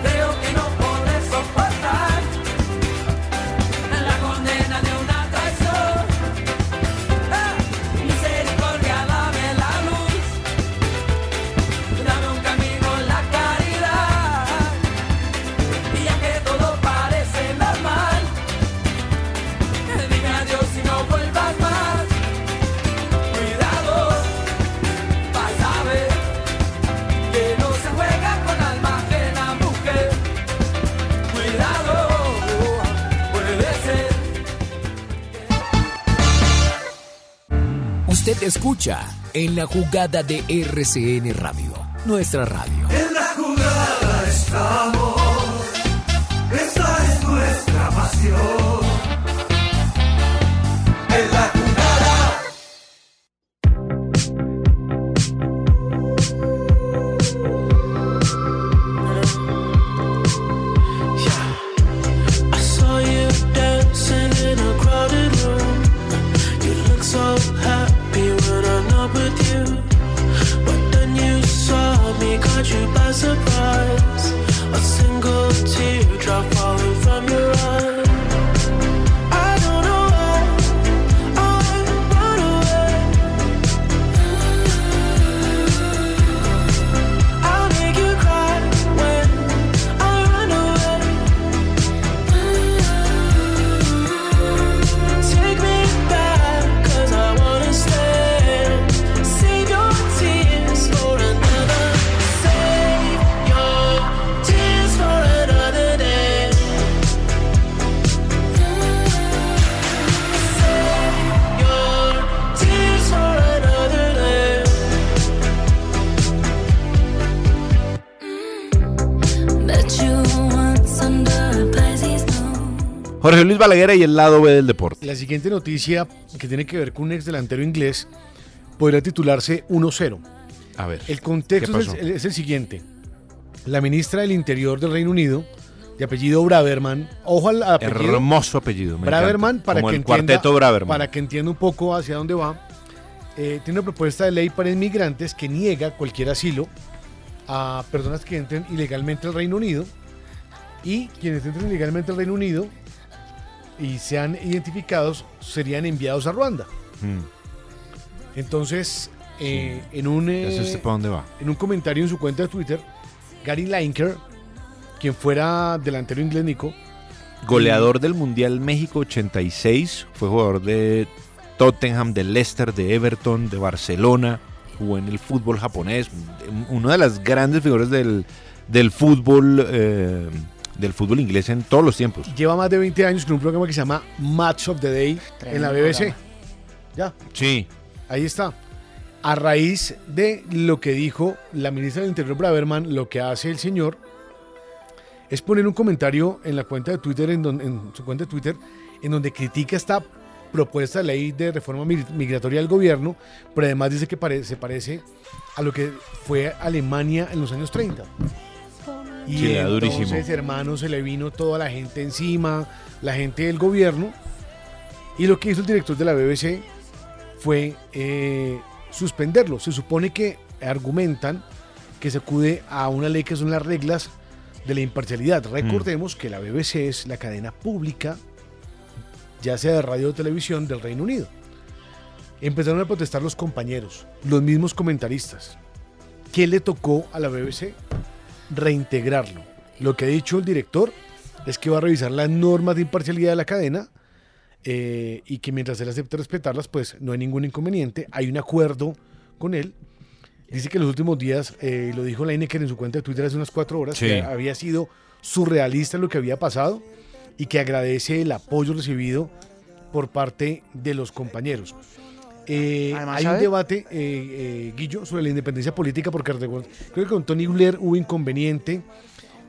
Creo que no podré soportar la condena de una traición. ¡Eh! Misericordia, dame la luz. Dame un camino, la caridad. Y ya que todo parece normal, dime adiós y no vuelvas más. Cuidado. Vas a ver que no se juega con alma ajena, mujer. Cuidado, puede ser. Usted escucha en la jugada de RCN Radio, nuestra radio. En la jugada estamos, esta es nuestra pasión. En la jugada. I saw you dancing in a crowded room. You look so happy when I'm not with you. But then you saw me, caught you by surprise. A single teardrop falling from your eye. I don't know why I run away. I'll make you cry when I run away. Take me back, 'cause I wanna stay. Save your tears for another. Save your tears for another day. Save your tears for another day. That you once under a Pisces moon. Jorge Luis Balaguer y el lado B del deporte. La siguiente noticia que tiene que ver con un ex delantero inglés podría titularse 1-0. A ver. El contexto ¿qué es pasó? el, es el siguiente. La ministra del Interior del Reino Unido, de apellido Braverman, ojo al apellido. Hermoso apellido. me Braverman, encanta. para Como que, el entienda, cuarteto Braverman. para que entienda un poco hacia dónde va, eh, tiene una propuesta de ley para inmigrantes que niega cualquier asilo a personas que entren ilegalmente al Reino Unido y quienes entren ilegalmente al Reino Unido y sean identificados serían enviados a Ruanda. Hmm. Mm. Entonces, eh, en un eh, Ya sé usted para dónde va. en un comentario en su cuenta de Twitter, Gary Lineker, quien fuera delantero inglés Nico, Goleador del Mundial México 86, fue jugador de Tottenham, de Leicester, de Everton, de Barcelona, jugó en el fútbol japonés, un- una de las grandes figuras del, del fútbol eh, del fútbol inglés en todos los tiempos. lleva más de 20 años con un programa que se llama Match of the Day en la Tremendo BBC. programa. Ya, Sí. ahí está. A raíz de lo que dijo la ministra del Interior Braverman, lo que hace el señor es poner un comentario en la cuenta de Twitter, en, don- en su cuenta de Twitter, en donde critica esta propuesta de ley de reforma mi- migratoria del gobierno, pero además dice que pare- se parece a lo que fue Alemania en los años 30. Y Sí, era entonces, durísimo. hermano, se le vino toda la gente encima, la gente del gobierno. Y lo que hizo el director de la BBC fue eh, suspenderlo. Se supone que argumentan que se acude a una ley que son las reglas de la imparcialidad. Recordemos que la BBC es la cadena pública, ya sea de radio o televisión, del Reino Unido. Empezaron a protestar los compañeros, los mismos comentaristas. ¿Qué le tocó a la BBC? Reintegrarlo. Lo que ha dicho el director es que va a revisar las normas de imparcialidad de la cadena eh, y que mientras él acepte respetarlas, pues no hay ningún inconveniente. Hay un acuerdo con él. Dice que los últimos días, eh, lo dijo Lineker en su cuenta de Twitter hace unas cuatro horas, Sí. que había sido surrealista lo que había pasado y que agradece el apoyo recibido por parte de los compañeros. Eh, hay un ¿sabe? debate, eh, eh, Guillo, sobre la independencia política, porque recuerdo- creo que con Tony Blair hubo inconveniente,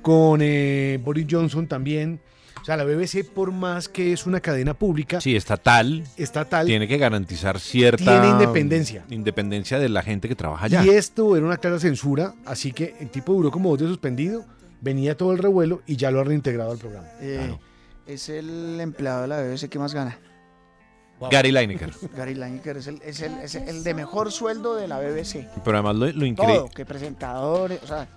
con eh, Boris Johnson también. O sea, la BBC, por más que es una cadena pública, Sí, estatal. Estatal. Tiene que garantizar cierta. Tiene independencia. Independencia de la gente que trabaja allá. Y esto era una clara censura, así que el tipo duró como dos días suspendido, venía todo el revuelo y ya lo ha reintegrado al programa. Eh, Es el empleado de la BBC que más gana. Gary Lineker. Gary Lineker es el, es el, es el de mejor sueldo de la BBC. Pero además lo, lo Todo, increíble. que presentadores, o sea,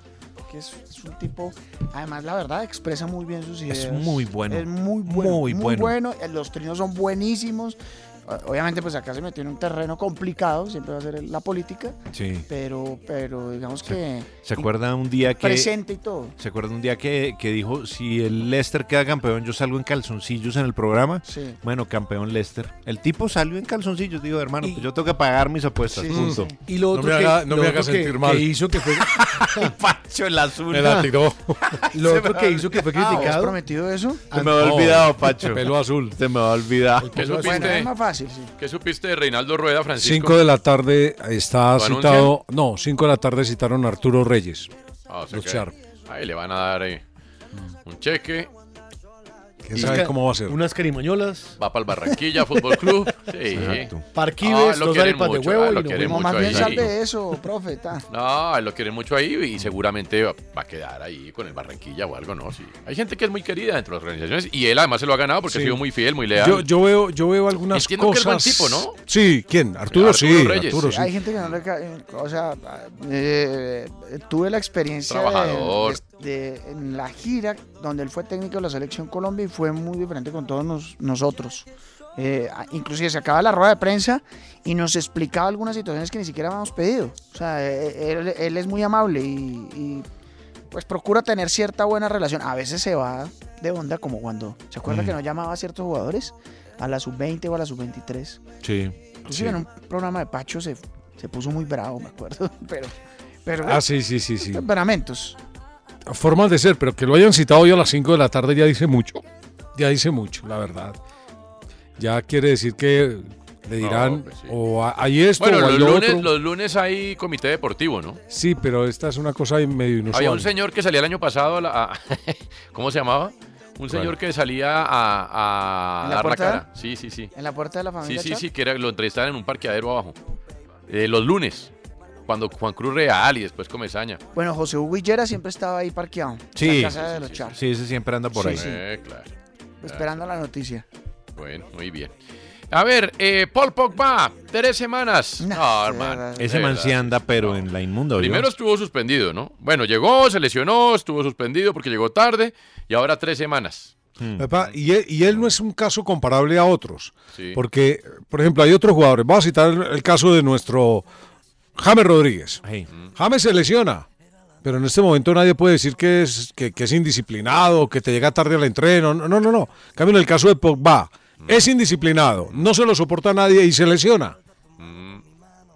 que es, es un tipo, además la verdad expresa muy bien sus ideas. Es muy bueno. Es muy bueno. Muy Muy, bueno. bueno. eh, Los trinos son buenísimos. O- Obviamente, pues acá se metió en un terreno complicado, siempre va a ser el- la política. Sí. Pero, pero digamos que. ¿Se acuerda un día que. Presente y todo. ¿Se acuerda un día que, que dijo: si el Leicester queda campeón, yo salgo en calzoncillos en el programa? Sí. Bueno, campeón Leicester. El tipo salió en calzoncillos. Digo, hermano, pues yo tengo que pagar mis apuestas. punto. Y lo otro que, lo otro que- que hizo que fue Pacho el azul. Me latigó. Lo otro que hizo que fue ¿Has criticado. Ah, prometido eso? Se me había olvidado, No, Pacho. pelo azul. Se me había olvidado. ¿Qué Pues Bueno, supiste, es más fácil, sí. ¿Qué supiste de Reinaldo Rueda, Francisco? 5 de la tarde está ¿Lo citado. No, 5 de la tarde citaron a Arturo Reyes. Ah, o sea Los que Char. Ahí le van a dar eh, un cheque. ¿Quién sabe cómo va a ser? Unas carimañolas. Va para el Barranquilla Fútbol Club. Sí. Exacto. Parquives, lo dos quieren arepas de mucho, huevo ah, y lo nos quieren vemos. mucho Más bien ahí. sal de eso, profe. ta. No, lo quieren mucho ahí y seguramente va va a quedar ahí con el Barranquilla o algo, ¿no? Sí. Hay gente que es muy querida dentro de las organizaciones y él además se lo ha ganado porque Sí. ha sido muy fiel, muy leal. Yo, yo veo, yo veo algunas Entiendo que cosas. es buen tipo, ¿no? Sí, ¿quién? Arturo, Arturo sí. Reyes. Arturo, Sí, sí. Hay gente que no le cae. O sea, eh, tuve la experiencia de- Trabajador. de- de- en la gira donde él fue técnico de la selección Colombia y fue muy diferente con todos nos- nosotros. Eh, a- inclusive se acaba la rueda de prensa y nos explicaba algunas situaciones que ni siquiera habíamos pedido. O sea, eh, él, él es muy amable y, y, pues procura tener cierta buena relación. A veces se va de onda como cuando se acuerda Mm. que nos llamaba a ciertos jugadores a la sub 20 o a la sub 23. Sí. Inclusive en un programa de Pacho se, se puso muy bravo, me acuerdo. Pero, pero eh, Ah, sí, sí, sí, sí. temperamentos. Formas de ser, pero que lo hayan citado hoy a las 5 de la tarde ya dice mucho. Ya dice mucho, la verdad. Ya quiere decir que le dirán o a- hay esto pues bueno, o hay los lo lunes, otro. los lunes hay comité deportivo, ¿no? Sí, pero esta es una cosa medio inusual. Había un señor que salía el año pasado a, la- a- ¿Cómo se llamaba? Un señor que salía a, a ¿En la dar la puerta? cara. Sí, sí, sí. En la puerta de la Sí, familia. sí, Char. sí, que era, lo entrevistaban en un parqueadero abajo. Eh, los lunes, cuando Juan Cruz Real y después Comezaña. Bueno, José Hugo Higuera siempre estaba ahí parqueado. En Sí. la casa de los Char, Sí, ese siempre anda por Sí, ahí. sí. Eh, claro. Esperando la noticia. Bueno, muy bien. A ver, eh, Paul Pogba, tres semanas. No, hermano. Ese de man verdad. sí anda, pero en la inmunda. ¿oyó? Primero estuvo suspendido, ¿no? Bueno, llegó, se lesionó, estuvo suspendido porque llegó tarde y ahora tres semanas. Epa, y, él, y él no es un caso comparable a otros. Sí. Porque, por ejemplo, hay otros jugadores. Vamos a citar el, el caso de nuestro James Rodríguez. James se lesiona. Pero en este momento nadie puede decir que es, que, que es indisciplinado, que te llega tarde al entreno. No, no, no. no. En cambio, en el caso de Pogba, es indisciplinado, no se lo soporta nadie y se lesiona.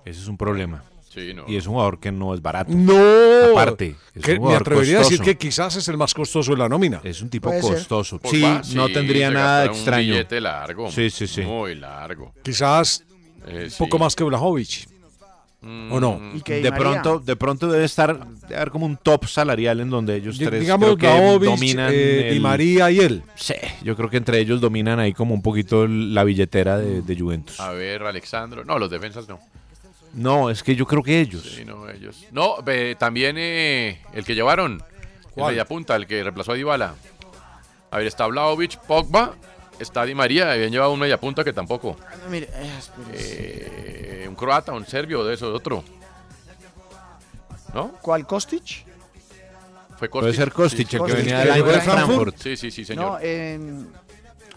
Ese es un problema. Sí, no. Y es un jugador que no es barato. No. Aparte. es Que un me jugador atrevería a costoso. decir que quizás es el más costoso de la nómina. Es un tipo Puede ser. costoso. Pues Sí, va, no sí, tendría se nada gastaron extraño. Un billete largo. Sí, sí, sí. Muy largo. Quizás Eh, un poco sí. más que Blajovic. ¿O no? Mm, ¿Y qué de Di María? pronto, de pronto debe estar debe haber como un top salarial en donde ellos Di- tres digamos creo que Gaovic, dominan eh, Di el- María y él. Sí, yo creo que entre ellos dominan ahí como un poquito el- la billetera de, de Juventus. A ver, Alexandro. No, los defensas no. No, es que yo creo que ellos. Sí, no, ellos. No, ve, también eh, el que llevaron. ¿Cuál? El mediapunta, el que reemplazó a Dybala. A ver, está Vlaovic, Pogba, está Di María. Habían llevado un mediapunta que tampoco. No, mire, eh, espérese. Eh, un croata, un serbio, de eso, de otro. ¿No? ¿Cuál Kostic? Fue Puede ser Kostic, el que Kostic, venía que del llegó Eintracht de Frankfurt. Frankfurt. Sí, sí, sí, No, señor. em,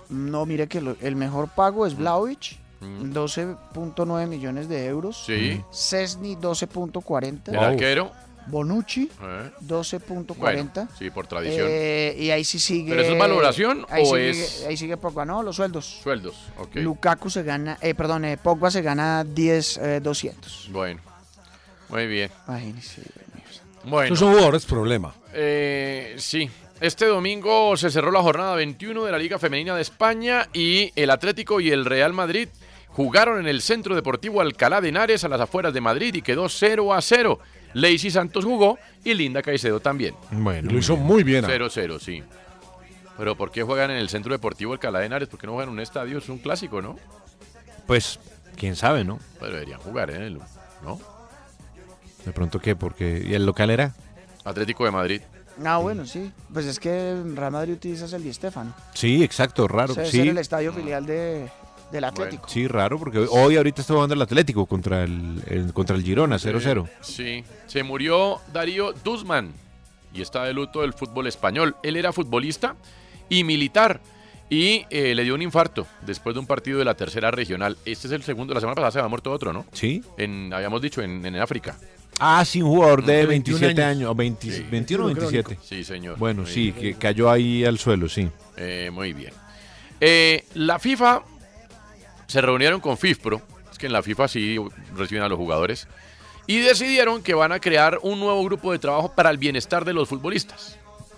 no, mire que lo- el mejor pago Mm. es Vlaovic, 12.9 millones de euros. Mm. Sí. Cesny, 12.40. El arquero. Bonucci, Eh. 12.40. Bueno, sí, por tradición. Eh, y ahí sí sigue. ¿Pero eso es valoración ahí o sigue- es- Ahí sigue Pogba, no, los sueldos. Sueldos, ok. Lukaku se gana, eh, perdón, eh, Pogba se gana 10, eh, 200. Bueno, muy bien. Imagínese. Bueno. Esos son jugadores problema. Eh, sí. Este domingo se cerró la jornada 21 de la Liga Femenina de España y el Atlético y el Real Madrid jugaron en el Centro Deportivo Alcalá de Henares a las afueras de Madrid y quedó 0 a 0. Lacey Santos jugó y Linda Caicedo también. Bueno, lo hizo muy bien. 0-0, sí. Pero ¿por qué juegan en el Centro Deportivo Alcalá de Henares? ¿Por qué no juegan en un estadio? Es un clásico, ¿no? Pues, quién sabe, ¿no? Pero deberían jugar en el, ¿no? De pronto qué, porque ¿y el local era? Atlético de Madrid. Ah, bueno, sí. Pues es que en Real Madrid utilizas el Di Stéfano. Sí, exacto, raro. Ese debe ser Sí, el estadio filial de, del Atlético. sí, raro, porque hoy ahorita está jugando el Atlético contra el, el- contra el Girona, 0-0. Sí, se murió Darío Duzman y está de luto del fútbol español. Él era futbolista y militar y eh, le dio un infarto después de un partido de la tercera regional. Este es el segundo, la semana pasada se había muerto otro, ¿no? Sí. En, habíamos dicho, en, en África. Ah, sí, un jugador de De 27 21 años, años. o 20 Sí. 21 o 27. Sí, señor. Bueno, Muy sí, bien. que cayó ahí al suelo, sí. Eh, muy bien. Eh, la FIFA se reunieron con FIFPRO, es que en la FIFA sí reciben a los jugadores, y decidieron que van a crear un nuevo grupo de trabajo para el bienestar de los futbolistas.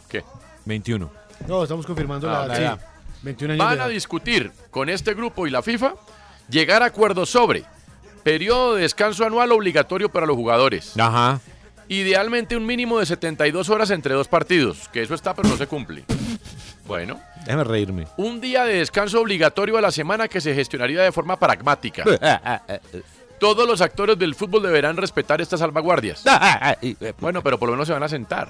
¿Qué? 21. No, estamos confirmando Ah, la, la sí, edad. 21 años. de Van a edad. discutir con este grupo y la FIFA llegar a acuerdos sobre periodo de descanso anual obligatorio para los jugadores. Ajá. Idealmente un mínimo de 72 horas entre dos partidos, que eso está pero no se cumple. Bueno, Déjame reírme. un día de descanso obligatorio a la semana que se gestionaría de forma pragmática. Todos los actores del fútbol deberán respetar estas salvaguardias. Bueno, pero por lo menos se van a sentar.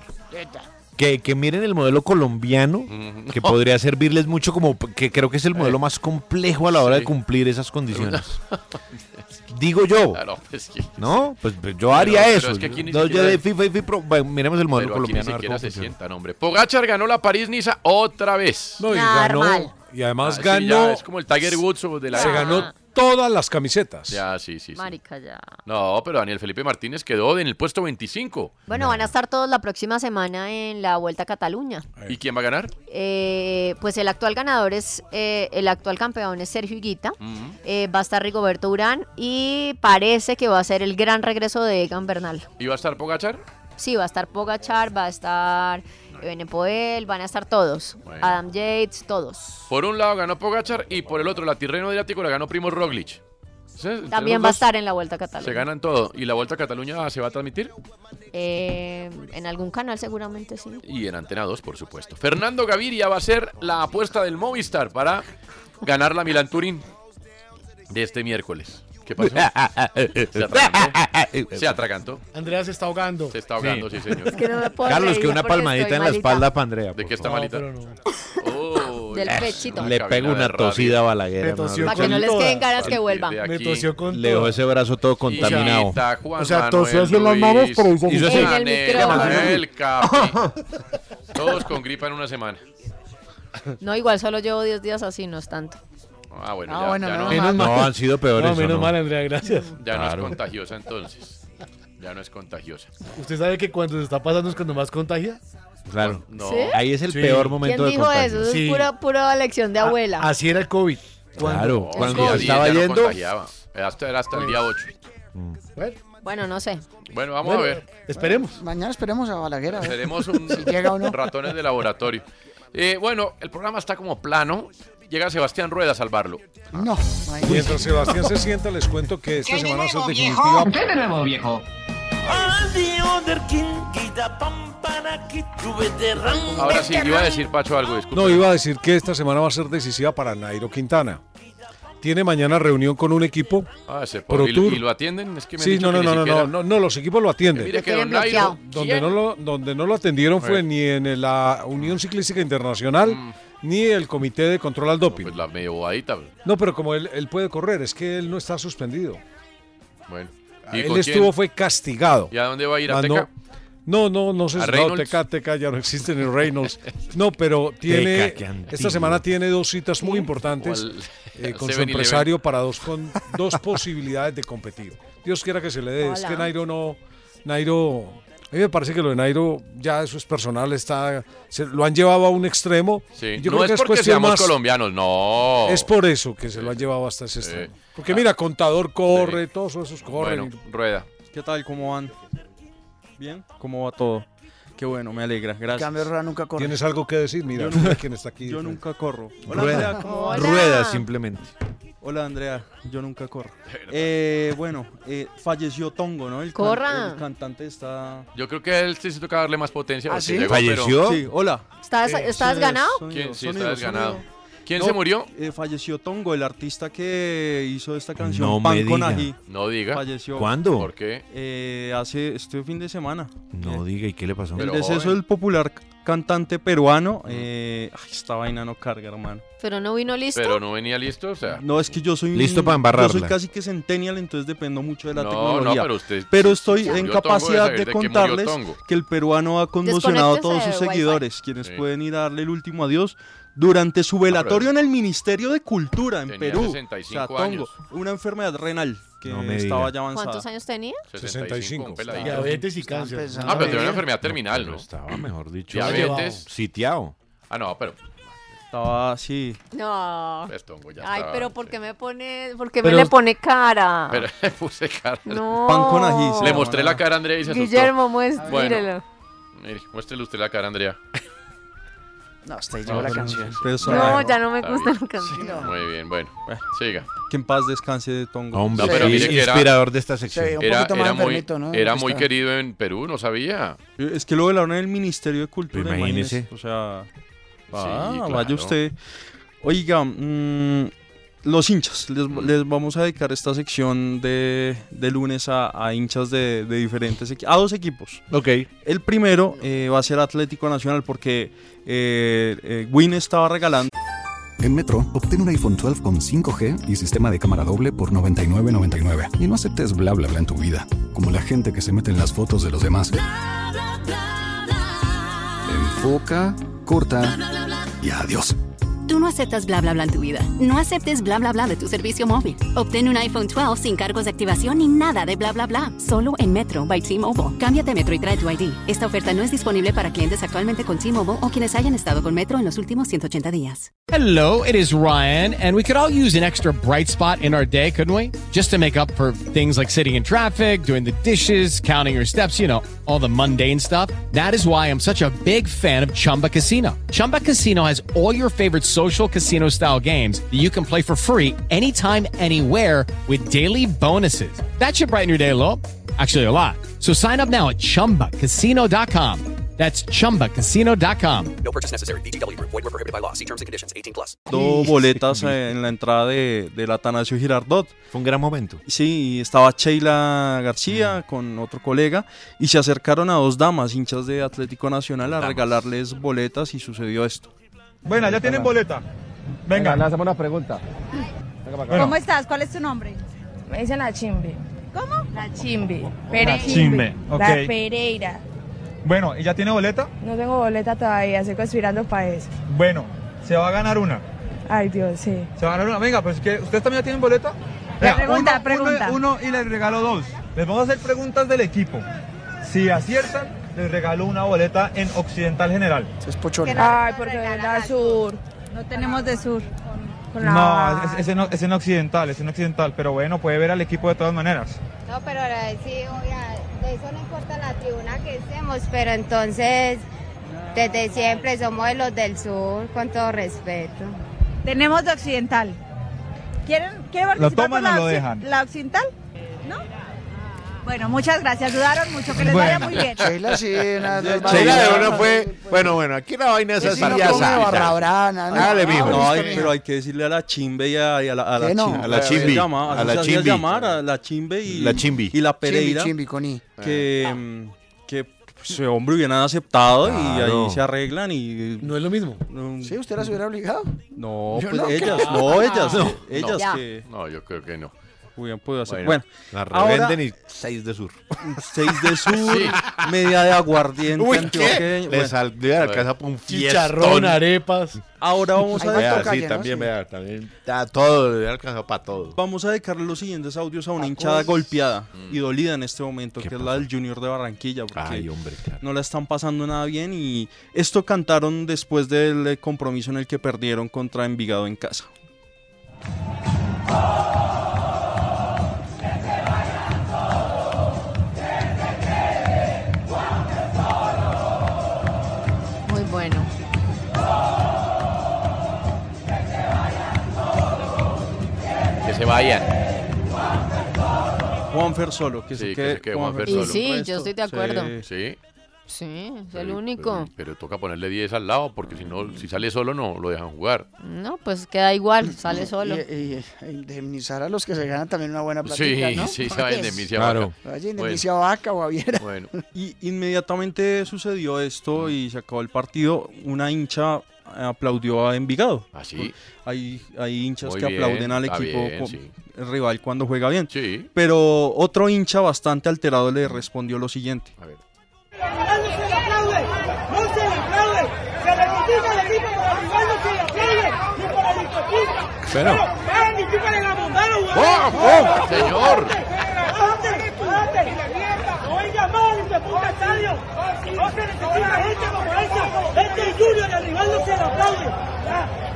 Que, que miren el modelo colombiano, Mm, que no. podría servirles mucho como, p- que creo que es el modelo más complejo a la hora de Eh. sí. cumplir esas condiciones. Digo yo. Claro, pues que- ¿No? Pues pues, yo Pero- haría pero eso. es que aquí ni No, yo siquiera- de FIFA y FIPRO. Bueno, miremos el modelo Pero aquí ni colombiano. a ver siquiera cómo se funciona. sientan, hombre. Pogachar ganó la París-Niza otra vez. No, y ganó. Y además Ah, sí, ganó. ya, es como el Tiger Woods o de la Ah. Se época. ganó todas las camisetas. Ya, sí, sí, sí. Marica, ya. No, pero Daniel Felipe Martínez quedó en el puesto 25. Bueno, van a estar todos la próxima semana en la Vuelta a Cataluña. ¿Y quién va a ganar? Eh, pues el actual ganador es, eh, el actual campeón es Sergio Higuita. Eh, va a estar Rigoberto Urán y parece que va a ser el gran regreso de Egan Bernal. ¿Y va a estar Pogachar? Sí, va a estar Pogachar, va a estar Benepoel, van a estar todos. Bueno. Adam Yates, todos. Por un lado ganó Pogachar y por el otro la Tirreno Adriático la ganó Primo Roglic. Entonces, entre También los va a dos, estar en la Vuelta a Cataluña. Se ganan todo. ¿Y la Vuelta a Cataluña se va a transmitir? Eh, en algún canal seguramente sí. Y en Antena 2, por supuesto. Fernando Gaviria va a ser la apuesta del Movistar para ganar la Milan Turín de este miércoles. ¿Qué pasó? Se atragantó. Se atragantó. Andrea se está ahogando. Se está ahogando, sí, señor. Es que no me puedo Carlos, que reír una porque palmadita estoy en la malita. espalda para Andrea. ¿De por qué está favor. malita? Oh, Del es pechito. una Le cabina pego de una radio. tosida a Balaguer. Me hermano. tosió Para que no les queden ganas que vuelvan. de aquí. Le dejó ese brazo todo contaminado. Quita, Juan O sea, Manuel tosió así en las manos, Ruiz, pero hizo Hizo así. En el micrófono. Manuel Capi. Todos con gripa en una semana. No, igual solo llevo 10 días así, no es tanto. Ah, bueno, Ah, ya, bueno, ya no, menos Menos mal. No, han sido peores, No, menos ¿o no? mal, Andrea, gracias. ya no es Claro. contagiosa entonces. Ya no es contagiosa. ¿Usted sabe que cuando se está pasando es cuando más contagia? Claro. No. ¿Sí? Oh. Ahí es el Sí. peor momento ¿Quién de dijo contagio. eso? Eso Sí. es pura, pura lección de Ah, abuela. Así era el COVID. Cuando- Claro, Oh, cuando sí, yo sí, estaba ya no yendo. contagiaba. Era hasta, era hasta el día 8. Bueno, no sé. Bueno, vamos a Bueno, ver. Esperemos. Mañana esperemos a Balaguer. A ver. Seremos un Si llega o no. ratones de laboratorio. Eh, bueno, el programa está como plano. llega Sebastián Rueda a salvarlo. No. Mientras Sebastián se sienta, les cuento que esta ¿Qué de semana se nuevo, definitiva. viejo? ¿Qué de nuevo, viejo? Ahora sí, iba a decir Pacho algo, disculpe. No, iba a decir que esta semana va a ser decisiva para Nairo Quintana. Tiene mañana reunión con un equipo. Ah, se Pro puede. ¿Y, Tour. y lo atienden? Es que me han sí, dicho no, no, que no, ni no, siquiera- no, no, los equipos lo atienden. Mire que Lo don tienen Nairo, bloqueado. donde ¿quién? no lo, donde no lo atendieron fue Bueno. ni en la Unión Ciclística Internacional ni el Comité de Control al Doping. Mm. Pues la medio bobadita. No, pero como él, él puede correr, es que él no está suspendido. Bueno. Él con estuvo quién? fue castigado. ¿Y a dónde va a ir? ¿A Ah, Teca? No, no, no, no sé ¿A si no, Reynolds? Teca, Teca ya no existe ni Reynolds. No, pero tiene Teca, qué antiguo. esta semana tiene dos citas muy importantes O al- eh, al con su 7-Eleven. empresario para dos con dos posibilidades de competir. Dios quiera que se le dé, es Hola. que Nairo no Nairo a mí me parece que lo de Nairo ya eso es personal, está se- lo han llevado a un extremo. Sí. Y Yo no creo es que es porque cuestión seamos más colombianos, no. es por eso que se lo han llevado hasta ese extremo. Porque mira, contador corre, todos esos corren. Bueno, rueda. ¿Qué tal? ¿Cómo van? ¿Bien? ¿Cómo va todo? Qué bueno, me alegra. Gracias. cambio, Rueda nunca corre. ¿Tienes algo que decir? Mira, Yo nunca- quién está aquí. Yo frente. nunca corro. Rueda. Andrea, ¿cómo vas? Rueda, simplemente. Hola Andrea, yo nunca corro. Eh, bueno, eh, falleció Tongo, ¿no? El can- Corra. el cantante está... Yo creo que a él sí se toca darle más potencia. porque llegó, pero- ¿Ah, Sí, hola. Eh, ¿Está des- está desganado? ¿Quién? Sí, está desganado. ¿Quién se murió? eh, falleció Tongo, el artista que hizo esta canción No me Pan con diga. Ají. No diga. Falleció. ¿Cuándo? ¿Por qué? Eh, hace este fin de semana. No diga, ¿y qué le pasó? el deceso del popular cantante peruano. eh, ay, esta vaina no carga, hermano. Pero no vino listo. Pero no venía listo, o sea. No, es que yo soy un- Listo Yo para soy embarrarla. casi que centennial, entonces dependo mucho de la No, tecnología. no, pero usted- Pero estoy murió en Tongo, capacidad debe de, saber de qué murió contarles Tongo. que el peruano ha conmocionado a todos Desconéctese sus de Wi-Fi. seguidores, quienes Sí. Ah, pueden ir a darle el último adiós durante su velatorio en el Ministerio de Cultura en Tenía Perú. 65 o sea, Tongo, años. una enfermedad renal que No me estaba diga. ya avanzada. ¿Cuántos años tenía? 65, un peladito. Diabetes y cáncer. Ah, pero tenía una enfermedad terminal, ¿no? Estaba, mejor dicho. Diabetes. Sitiao. Ah, no, pero. Estaba así. No. Pues, Tongo, ya Ay, estaba, pero ¿por qué me pone, por qué Pero- me le pone cara? Pero le puse cara. No. Pan con ají, se Le llama. mostré la cara a Andrea y se asustó. Guillermo, muestra- Bueno, mírelo. mire, muéstrele usted la cara, Andrea. Ah, No, hasta ahí llegó la canción. No, ya no me Está gusta bien. la canción. Muy bien, bueno. Siga. Que en paz descanse de Tongo. Hombre, No, pero mire que era- Se ve un Era, poquito más era muy, enfermito, ¿no? era Lo que muy está. querido en Perú, no sabía. Eh, Es que lo velaron en el Ministerio de Cultura. Pero Pues imagínese. O sea, ah, claro. vaya usted. Oiga, mm, los hinchas, les, Mm. les vamos a dedicar esta sección de, de lunes a, a hinchas de, de diferentes equipos, a dos equipos. Ok. El primero eh, va a ser Atlético Nacional porque eh, eh, Win estaba regalando. En Metro, obtén un iPhone 12 con 5G y sistema de cámara doble por $99.99. Y no aceptes bla bla bla en tu vida, como la gente que se mete en las fotos de los demás. Enfoca, corta y adiós. Tú no aceptas bla bla bla en tu vida. No aceptes bla bla bla de tu servicio móvil. Obtén un iPhone 12 sin cargos de activación ni nada de bla bla bla. Solo en Metro by T-Mobile. Cámbiate a Metro y trae tu ID. Esta oferta no es disponible para clientes actualmente con T-Mobile o quienes hayan estado con Metro en los últimos 180 días. Hello, it is Ryan, and we could all use an extra bright spot in our day, couldn't we? Just to make up for things like sitting in traffic, doing the dishes, counting your steps, you know, all the mundane stuff. That is why I'm such a big fan of Chumba Casino. Chumba Casino has all your favorite social casino style games that you can play for free anytime, anywhere with daily bonuses. That should brighten your day a little. Actually, a lot. So sign up now at chumbacasino.com. That's chumbacasino.com. No purchase necessary. VGW Group. Void were prohibited by law. See terms and conditions. 18 plus. dos boletas eh, en la entrada de, del Atanasio Girardot. Fue un gran momento. Mm. Sí, y estaba Sheila García con otro colega y se acercaron a dos damas, hinchas de Atlético Nacional, a regalarles boletas y sucedió esto. Bueno, ya tienen boleta. Venga, le hacemos una pregunta. ¿Cómo estás? ¿Cuál es tu nombre? Me dicen la chimbe. ¿Cómo? La chimbe. Pereira. Chimbe, La ok. Pereira. Bueno, ¿y ya tiene boleta? No tengo boleta todavía, estoy conspirando para eso. Bueno, se va a ganar una. Ay, Dios, sí. Se va a ganar una. Venga, pues que ustedes también ya tienen boleta. Venga, Pregunta, uno, pregunta. Uno, uno y les regalo dos. Les vamos a hacer preguntas del equipo. Si aciertan, les regalo una boleta en Occidental General. Es Ay, porque la sur. No tenemos de sur. No, es, es en, es en Occidental, es en Occidental. Pero bueno, puede ver al equipo de todas maneras. No, pero ahora sí, obvia, de eso no importa la tribuna que estemos, pero entonces desde siempre somos de los del sur, con todo respeto. Tenemos de occidental. ¿Quieren, ¿quieren ¿Lo participar toman por o la lo occi- dejan? ¿La occidental? ¿No? Bueno, muchas gracias. Dudaron mucho. Que les vaya muy bien. Sheila sí, una- Sheila de una fue. Bueno, bueno, aquí la vaina es Sí, así. sí, no ya come sabe. barrabrana, no. Hágale, mijo. No, Listo, hay- mijo. pero hay que decirle a la chimbe y a, y a la, a la ¿Qué no? chimbe. A la chimbi, llama, a la así se hacía chimbi. llamar a la chimbe y La chimbi. Y la pereira. Chimbi, chimbi, con I. Que, mm, que pues, eh, hombre hubieran aceptado y Claro. ahí se arreglan y... No es lo mismo. Sí, usted las hubiera obligado. No, Yo pues no ellas, creo. Ah. no, ellas, No. eh, ellas Ya. que... No, yo creo que no. Hubieran podido hacer... Bueno, Bueno, la ahora- Revenden y 6 de sur. 6 de sur, media de aguardiente Uy, ¿qué? antioqueño, Le bueno. saldría de la casa por un Chicharrón, fiestón. arepas. Ahora vamos a Vea, dedicar- sí, también, vea, también. Ya, todo, le alcanzado para todo. Vamos a dedicar los siguientes audios a una hinchada golpeada y dolida en este momento, que es la del Junior de Barranquilla, porque Ay, hombre, claro. no la están pasando nada bien y esto cantaron después del eh, compromiso en el que perdieron contra Envigado en casa. Muy bueno. Que se vayan. Juanfer solo, que, Sí, se, que quede se quede Juanfer Y sí, yo estoy de acuerdo. Sí. Sí, es Sí, pues el pero- único. Pero toca ponerle 10 al lado porque si no, si sale solo no lo dejan jugar. No, pues queda igual, sale solo. Mm, Y, y- e indemnizar a los que se ganan también una buena Sí, platica, ¿no? sí, se va a Porque es- indemnizar a Vaca. Vaya, indemnicia Bueno, a Vaca o a Viera. Bueno, Y inmediatamente sucedió esto y se acabó el partido. Una hincha eh, aplaudió a Envigado. Así. Hay, hay hinchas Muy que bien, aplauden al está equipo bien, co- sí. el rival cuando juega bien. Pero otro hincha bastante alterado le respondió lo siguiente. No se le aplaude, no se le aplaude, se le critica al equipo, pero al rival no se le aplaude, ni por la discoteca. Bueno. vayan, discúlpenle la bondad, los ¡Oh, jugadores. oh, señor! ¡Bájate, bájate! ¡No venga más en este puto estadio! ¡No se necesita gente como esta! ¡Este es Junior, el rival no se le aplaude! Ya.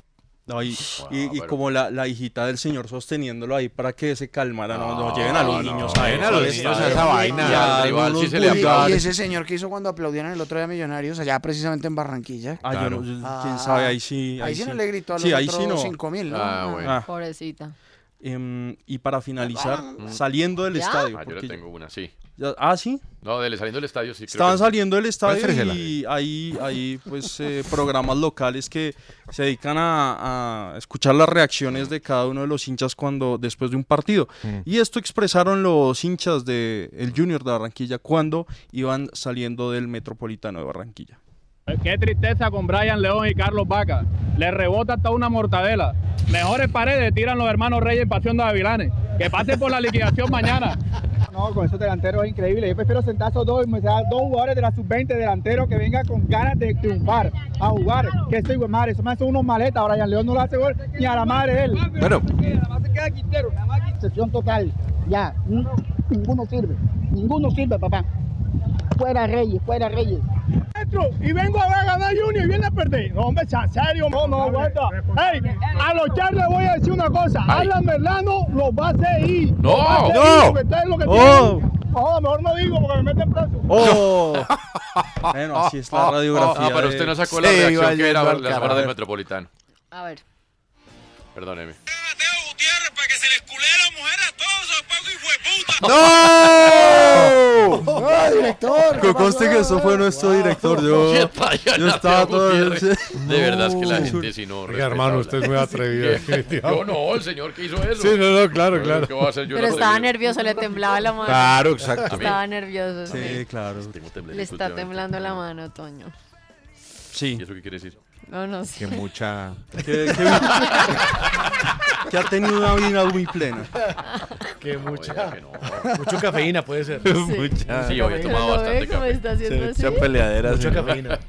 No, y, y- y como la, la hijita del señor sosteniéndolo ahí para que se calmara, no, no, lleven a los niños a lleven a eso, los les- niños a esa vaina. y a Al rival sí algunos se le Y- vulgares. Y ese señor que hizo cuando aplaudieron el otro día a Millonarios, allá precisamente en Barranquilla. Ah, yo no- yo- Ah, quién sabe, ahí sí. Ahí sí no le gritó a los Sí, ahí otros sí no. 5.000, ¿no? Ah, bueno. Ah. Pobrecita. Em, y para finalizar, saliendo del estadio. Ah, yo porque le tengo una, sí. ya- ah, sí. No, dele saliendo del estadio, sí. creo Estaban que- saliendo del estadio Muéstresela. y hay, hay pues, eh, programas locales que se dedican a, a escuchar las reacciones de cada uno de los hinchas cuando después de un partido. Mm. Y esto expresaron los hinchas del el Junior de Barranquilla cuando iban saliendo del Metropolitano de Barranquilla. Eh, Qué tristeza con Brian León y Carlos Vaca. Le rebota hasta una mortadela. Mejores paredes tiran los hermanos Reyes en Pasión de Avilanes. Que pasen por la liquidación mañana. No, con esos delanteros es increíble. Yo prefiero sentar esos dos, o sea, dos jugadores de la sub-20 delanteros que vengan con ganas de triunfar, a jugar. Que soy güey, madre, eso me hace unos maletas. Brian León no le hace gol ni a la madre él. Bueno. Excepción total. Ya, n- ninguno sirve. Ninguno sirve, papá. Fuera Reyes, fuera Reyes. Maestro, y vengo a ver a ganar Junior y viene a perder. No, hombre, en serio, no, no, aguanta. Ey, a los Char les voy a decir una cosa. Alan Merlano los va a hacer ir. No, Los va a hacer no. ir, porque ustedes lo que Oh. tienen- No, mejor no digo porque me meten preso. ¡Oh! bueno, así es la radiografía. Ah, pero de- usted no sacó la Sí, iba reacción que yendo era al la hora carajo. del Metropolitano. A ver. Perdóneme. ¡No! ¡No, director! Que conste que eso fue nuestro director. Yo, yo estaba todo. De verdad es que la gente si no. Oiga, hermano, usted es muy atrevido, respetable. definitivamente. Yo no, el señor que hizo eso. Sí, no, no, claro, Yo, claro. ¿qué voy a hacer yo? Pero No sé. estaba nervioso, le temblaba la mano. Claro, exacto. Estaba nervioso. Sí, claro. Le está temblando la mano, Toño. Sí. ¿Y eso qué quiere decir? No, no sé. Que mucha. Que, que- que ha tenido una vida muy plena. Que mucha. que no. Mucho cafeína puede ser. Sí. Mucha. Sí, hoy he tomado Pero lo bastante ve cómo café. está haciendo Sí, así. mucha peleadera, Mucha sí. cafeína.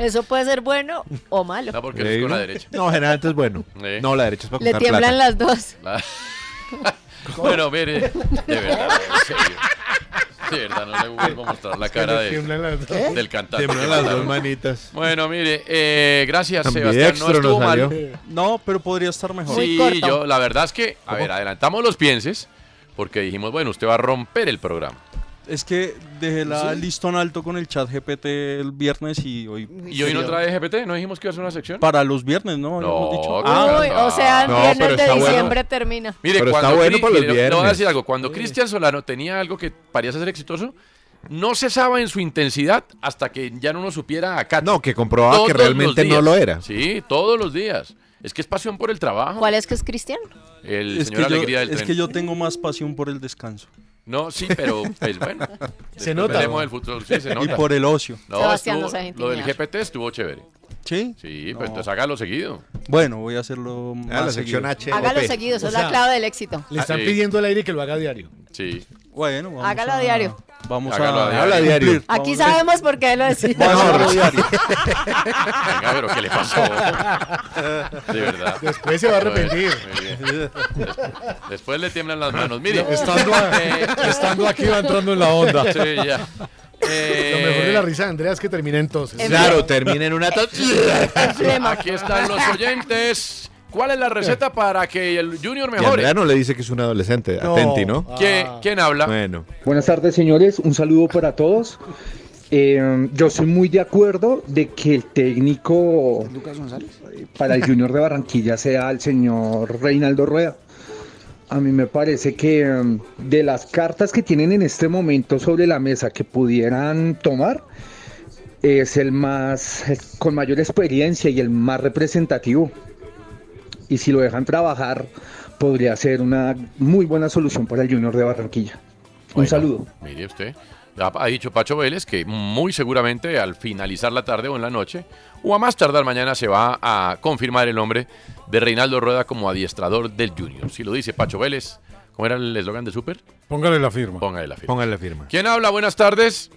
Eso puede ser bueno o malo. No, porque es con la derecha. No, generalmente es bueno. Eh. No, la derecha es para Le contar tiemblan plata. las dos. La- Ah, bueno, mire, de verdad, en serio. De verdad, no le vuelvo a mostrar la Es que cara le de- tiemblan las dos. ¿Eh? ¿Eh? del cantante. Tiemblan que las dos mandaron. manitas. Bueno, mire, eh, gracias, También Sebastián. No extra estuvo nos mal. salió. No, pero podría estar mejor. Sí, yo, la verdad es que, a ver, adelantamos los pienses porque dijimos, bueno, usted va a romper el programa. Es que dejé la ¿Sí? listo en alto con el chat GPT el viernes y hoy. ¿Y hoy no trae GPT? ¿No dijimos que iba a ser una sección? Para los viernes, ¿no? Habíamos No, dicho. qué Ah, uy, o sea, el No, viernes pero de está bueno. diciembre termina. Mire, Pero cuando está bueno Cri- para los mire, le- le voy a viernes. decir algo. Cuando Sí. Cristian Solano tenía algo que parecía ser exitoso, no cesaba en su intensidad hasta que ya no lo supiera acá. No, que comprobaba que realmente no lo era. Sí, todos los días. Es que es pasión por el trabajo. ¿Cuál es que es Cristian? El Es señor que yo- Alegría del Es Tren. que yo tengo más pasión por el descanso. No, sí, pero pues bueno. Se Después nota, veremos ¿no? el futuro. Sí, se Y nota. por el ocio. No, Sebastián estuvo- nos deja lo del intimidar. GPT estuvo chévere. ¿Sí? Sí, pero No. entonces hágalo seguido. Bueno, voy a hacerlo más la sección seguido. Hágalo seguido, eso es la clave del éxito. Le están Ah, sí. pidiendo al aire que lo haga a diario. Sí. Bueno, vamos Hágalo a- a diario. Vamos Hágalo a a, diario. Habla a diario. cumplir. Aquí Vamos a- sabemos por qué lo decimos. Vamos a hacerlo a diario. Venga, pero ¿qué le pasó? De verdad. Después se va a Muy bien, arrepentir. muy bien. Des- Después le tiemblan las manos. Mire. Eh, No, estando a- estando aquí va entrando en la onda. Sí, ya. Eh, Lo mejor de la risa de Andrea es que termina entonces. Claro, termina en una tos. Aquí están los oyentes. ¿Cuál es la receta para que el Junior Y mejore? Andrea no le dice que es un adolescente. Atenti, ¿no? ¿Qué- Ah. ¿Quién habla? Bueno. Buenas tardes, señores. Un saludo para todos. Eh, yo soy muy de acuerdo de que el técnico Lucas González. para el Junior de Barranquilla sea el señor Reinaldo Rueda. A mí me parece que em, de las cartas que tienen en este momento sobre la mesa que pudieran tomar, es el más el con mayor experiencia y el más representativo. Y si lo dejan trabajar, podría ser una muy buena solución para el Junior de Barranquilla. Un saludo. Mire usted. Ha ha dicho Pacho Vélez que muy seguramente al finalizar la tarde o en la noche, o a más tardar mañana, se va a confirmar el nombre de Reinaldo Rueda como adiestrador del Junior. Si lo dice Pacho Vélez, ¿cómo era el eslogan de Super? Póngale la firma. Póngale la firma. Póngale la firma. ¿Quién habla? Buenas tardes.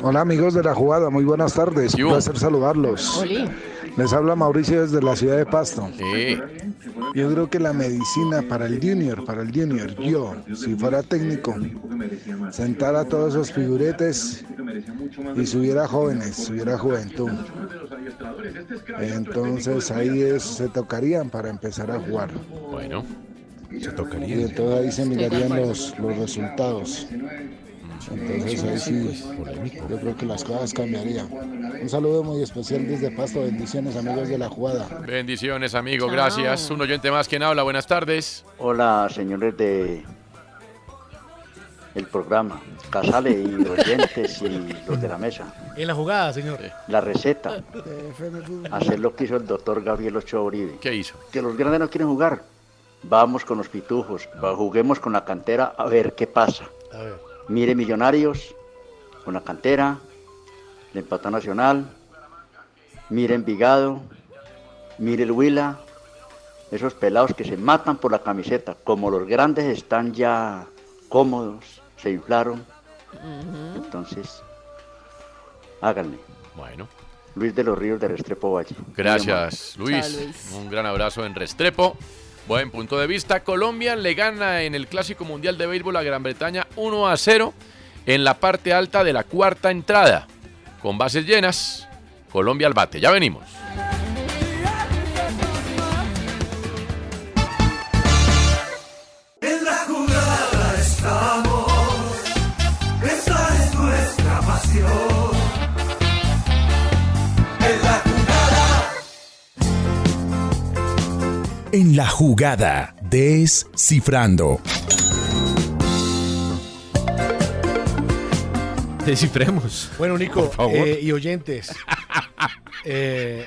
Hola amigos de la jugada, muy buenas tardes. ¿Qué Un hubo? placer saludarlos. Oli. Les habla Mauricio desde la ciudad de Pasto. Sí. Yo creo que la medicina para el junior, para el junior, yo, si fuera técnico, sentara a todos esos figuretes y subiera jóvenes, subiera juventud. Entonces ahí es- se tocarían para empezar a jugar. Bueno. Se tocarían. Y entonces ahí se mirarían los, los resultados. Entonces ahí sí, yo creo que las cosas cambiarían. Un saludo muy especial desde Pasto, bendiciones amigos de la jugada. Bendiciones, amigo. Gracias. Un oyente más. ¿Quién habla? Buenas tardes. Hola, señores de el programa, Casale y oyentes y los de la mesa. En la jugada, señor. La receta, hacer lo que hizo el doctor Gabriel Ochoa Uribe. ¿Qué hizo? Que los grandes no quieren jugar. Vamos con los pitujos, va- juguemos con la cantera a ver qué pasa. A ver. Mire Millonarios, con la cantera, le empató a Nacional, mire Envigado, mire el Huila, esos pelados que se matan por la camiseta, como los grandes están ya cómodos, se inflaron, entonces háganle. Bueno. Luis de los Ríos de Restrepo Valle. Gracias, Muy amable. Luis. Un gran abrazo en Restrepo. Buen punto de vista. Colombia le gana en el Clásico Mundial de Béisbol a Gran Bretaña 1 a 0 en la parte alta de la cuarta entrada. Con bases llenas, Colombia al bate. Ya venimos. En la jugada estamos, esta es nuestra pasión. En la jugada. En la jugada, descifrando. Descifremos. Bueno, Nico, Por favor. eh, y oyentes. eh,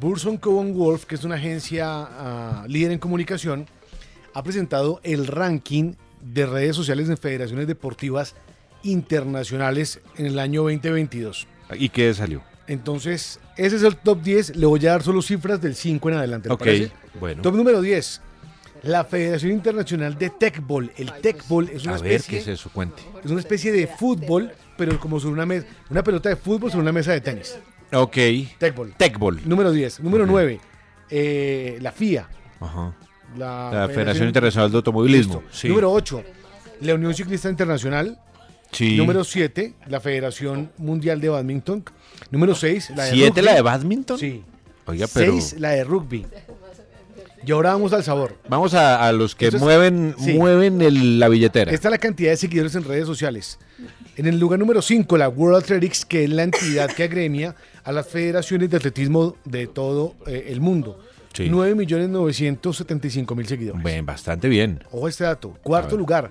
Burson Cowan Wolf, que es una agencia ah, líder en comunicación, ha presentado el ranking de redes sociales en federaciones deportivas internacionales en el año 2022. ¿Y qué salió? Entonces, ese es el top 10. Le voy a dar solo cifras del 5 en adelante. ¿le Ok, parece? bueno. Top número 10. La Federación Internacional de Tecball. El Tecball es una A ver especie... qué es eso, cuente. Es una especie de fútbol, pero como sobre una mesa, una pelota de fútbol sobre una mesa de tenis. Ok. Tecbol. Tecbol. Número 10. Número Ok. 9. eh, la FIA. Ajá. La, La Federación Internacional de Automovilismo. Listo. Sí. Número 8. La Unión Ciclista Internacional. Sí. Número 7. La Federación Mundial de Badminton. Número 6. La de ¿Siete rugby. la de badminton? Sí. Oiga, pero. 6. La de rugby. Y ahora vamos al sabor. Vamos a, a los que Esto es- mueven, sí. mueven el- la billetera. Esta es la cantidad de seguidores en redes sociales. En el lugar número 5, la World Athletics, que es la entidad que agremia a las federaciones de atletismo de todo eh, el mundo. Sí. 9.975.000 seguidores. Bien, bastante bien. Ojo a este dato. Cuarto ver. lugar,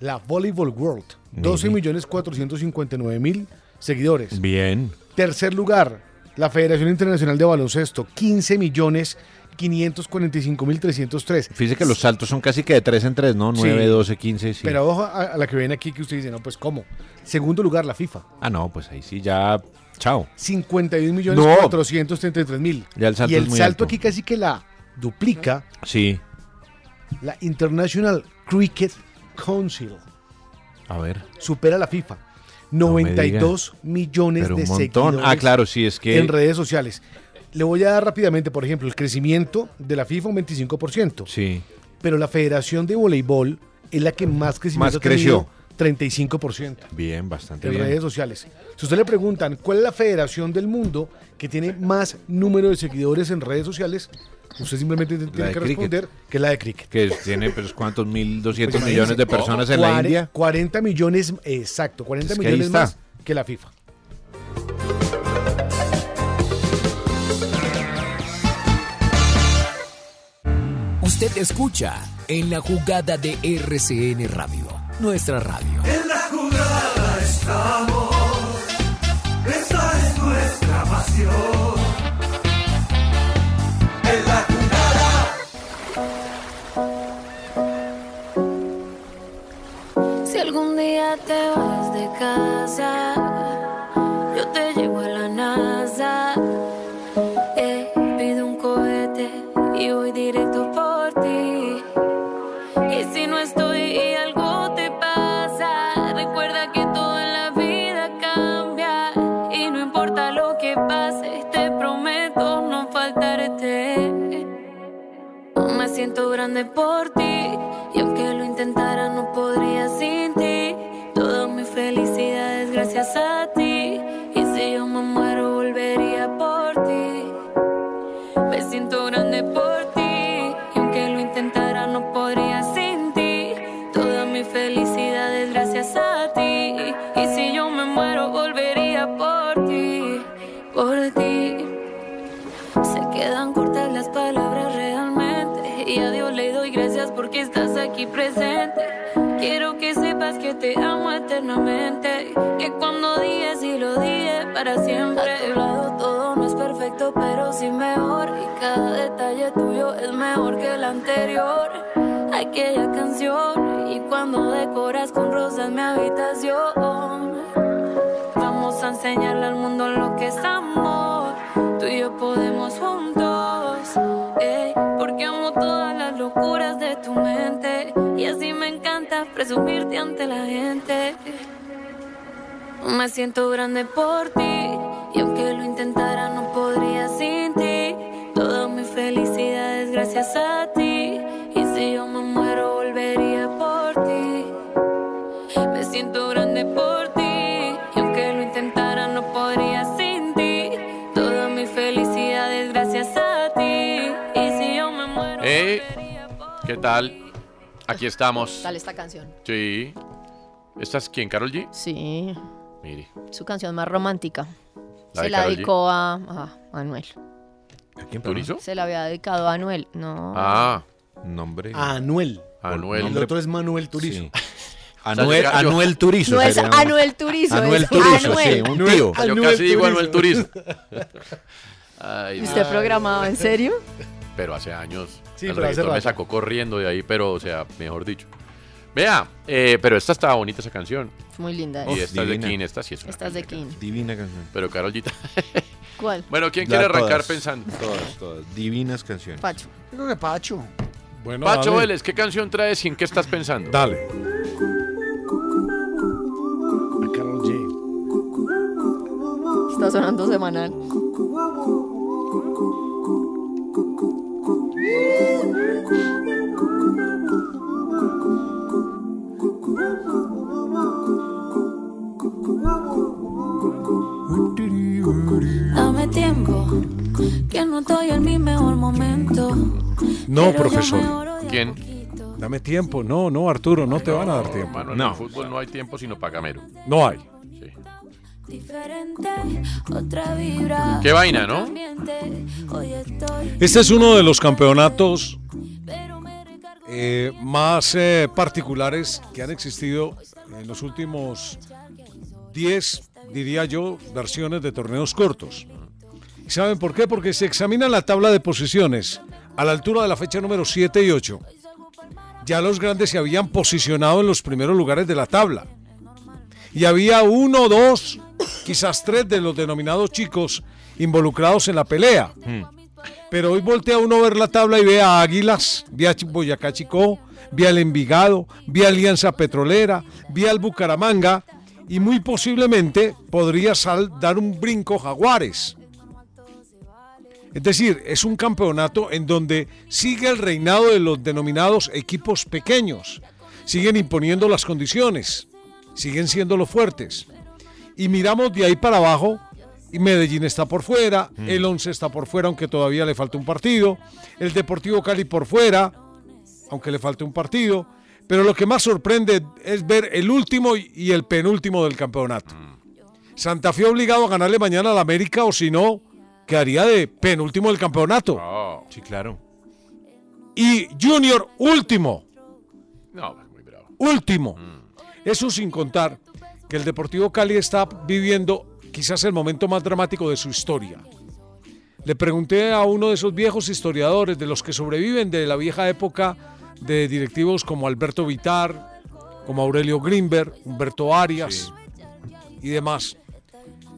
la Volleyball World. 12.459.000 seguidores. Bien. Tercer lugar, la Federación Internacional de Baloncesto, 15.545.303. Fíjese que los saltos son casi que de 3 en 3, ¿no? Sí. 9, 12, 15, sí. Pero ojo a, a la que ven aquí que usted dice, no, pues ¿cómo? Segundo lugar, la FIFA. Ah, no, pues ahí sí, ya. Chao. 51 millones No. 433 mil. Ya el salto y el es muy salto alto. aquí casi que la duplica Sí. la International Cricket Council. A ver. Supera la FIFA. me diga. 92 millones Pero de un montón. seguidores. Ah, claro, sí, es que. En redes sociales. Le voy a dar rápidamente, por ejemplo, el crecimiento de la FIFA un 25%. Sí. Pero la Federación de Voleibol es la que más crecimiento Más creció. ha tenido, 35%. Bien, bastante en bien. redes sociales. Si usted le preguntan cuál es la federación del mundo que tiene más número de seguidores en redes sociales, usted simplemente tiene de que cricket. responder que es la de cricket. Que tiene, pues, ¿cuántos? 1.200 Pues imagínense, millones de personas en la cuare- India. 40 millones, exacto, 40 Es que ahí millones está. más que la FIFA. Usted escucha en la jugada de RCN Radio, nuestra radio. En la jugada estamos, esta es nuestra pasión. En la jugada. Si algún día te vas de casa, yo te llevo a la NASA. He pido un cohete y voy directo por ti. Y si no estoy y algo te pasa, recuerda que todo en la vida cambia. Y no importa lo que pase, te prometo no faltarte. Me siento grande por ti. Y aunque lo intentara no podría sin ti Toda mi felicidad es gracias a ti Y si yo me muero volvería por ti Me siento grande por ti Y aunque lo intentara no podría sin ti Toda mi felicidad es gracias a ti Y si yo me muero volvería por ti Por ti se quedan cortas las palabras realmente. Y a Dios le doy gracias porque estás aquí presente. Quiero que sepas que te amo eternamente. Que cuando digas y lo dije para siempre. A tu lado todo no es perfecto, pero sí mejor. Y cada detalle tuyo es mejor que el anterior. Aquella canción. Y cuando decoras con rosas mi habitación. Vamos a enseñarle al mundo lo que es amor. Tú y yo podemos juntos. eh, porque amo todas las locuras de tu mente. Y así me encanta presumirte ante la gente. Me siento grande por ti. Y aunque lo intentara, no podría sin ti. Toda mi felicidad es gracias a ti. Y si yo me muero, volvería por ti. Me siento grande por ti, y aunque lo intentara no podría sin ti. Toda mi felicidad es gracias a ti. Y si yo me muero. Eh, ¿Qué tal? Aquí estamos. Tal esta canción. Sí. ¿Esta es quién, Carol G? Sí. Mire. Su canción más romántica. Se ¿La de la Karol G? dedicó a, a Anuel. ¿A quién ¿Turizo? Se la había dedicado a Anuel. No. Ah. Nombre. A Anuel. Anuel. El otro es Manuel Turizo. Sí. Anuel, Anuel Turizo. No se es llama. Anuel Turizo, Anuel es Turizo, Anuel. sí, un tío. Yo casi digo Anuel Turizo. Ay, ¿Y usted Dios. programaba en serio? Pero hace años. Sí, el pero hace reggaetón me rato. sacó corriendo de ahí, pero, o sea, mejor dicho. Vea, eh, pero esta estaba bonita esa canción. Muy linda. Y Uf, esta es de divina. King, esta sí es una Esta es de canción. King. Divina canción. Pero Carolita. ¿Cuál? Bueno, ¿quién Ya quiere arrancar todas, pensando? Todas, todas. Divinas canciones. Pacho. Creo que Pacho. Bueno, Pacho dale. Vélez, ¿qué canción traes y en qué estás pensando? Dale. Está sonando semanal. Dame tiempo, que no estoy en mi mejor momento. No, profesor. ¿Quién? Dame tiempo. No, no, Arturo, no te van a dar tiempo. Bueno, en el No, fútbol no hay tiempo sino para Gamero. no hay. Diferente, otra vibra. Qué vaina, ¿no? Este es uno de los campeonatos eh, más eh, particulares que han existido en los últimos 10, diría yo, versiones de torneos cortos. ¿Y saben por qué? Porque se examina la tabla de posiciones a la altura de la fecha número 7 y 8. Ya los grandes se habían posicionado en los primeros lugares de la tabla. Y había uno, dos, quizás tres de los denominados chicos involucrados en la pelea. Pero hoy voltea uno a ver la tabla y ve a Águilas, ve a Chi- Boyacá Chicó, ve al Envigado, ve a Alianza Petrolera, ve al Bucaramanga y muy posiblemente podría sal- dar un brinco Jaguares. Es decir, es un campeonato en donde sigue el reinado de los denominados equipos pequeños. Siguen imponiendo las condiciones, siguen siendo los fuertes. Y miramos de ahí para abajo y Medellín está por fuera, el Once está por fuera, aunque todavía le falta un partido, el Deportivo Cali por fuera, aunque le falta un partido, pero lo que más sorprende es ver el último y- y el penúltimo del campeonato. Santa Fe obligado a ganarle mañana al América o si no, quedaría de penúltimo del campeonato. Sí, claro. Y Junior último, No, último. Eso sin contar que el Deportivo Cali está viviendo quizás el momento más dramático de su historia. Le pregunté a uno de esos viejos historiadores, de los que sobreviven de la vieja época de directivos como Alberto Vitar, como Aurelio Greenberg, Humberto Arias y demás,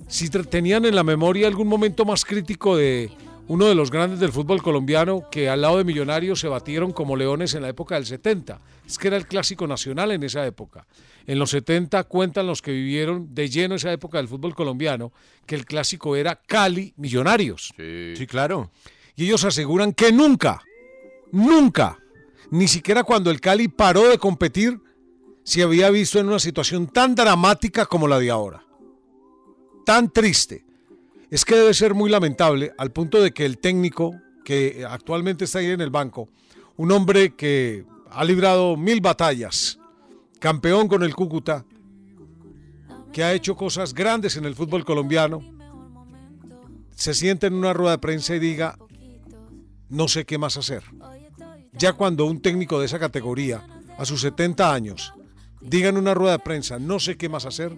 si tra- tenían en la memoria algún momento más crítico de uno de los grandes del fútbol colombiano que al lado de Millonarios se batieron como leones en la época del 70. Es que era el clásico nacional en esa época. En los 70 cuentan los que vivieron de lleno esa época del fútbol colombiano que el clásico era Cali Millonarios. Sí, claro. Y ellos aseguran que nunca, nunca, ni siquiera cuando el Cali paró de competir, se había visto en una situación tan dramática como la de ahora. Tan triste. Es que debe ser muy lamentable al punto de que el técnico que actualmente está ahí en el banco, un hombre que ha librado mil batallas, campeón con el Cúcuta, que ha hecho cosas grandes en el fútbol colombiano, se siente en una rueda de prensa y diga, no sé qué más hacer. Ya cuando un técnico de esa categoría, a sus 70 años, diga en una rueda de prensa, no sé qué más hacer,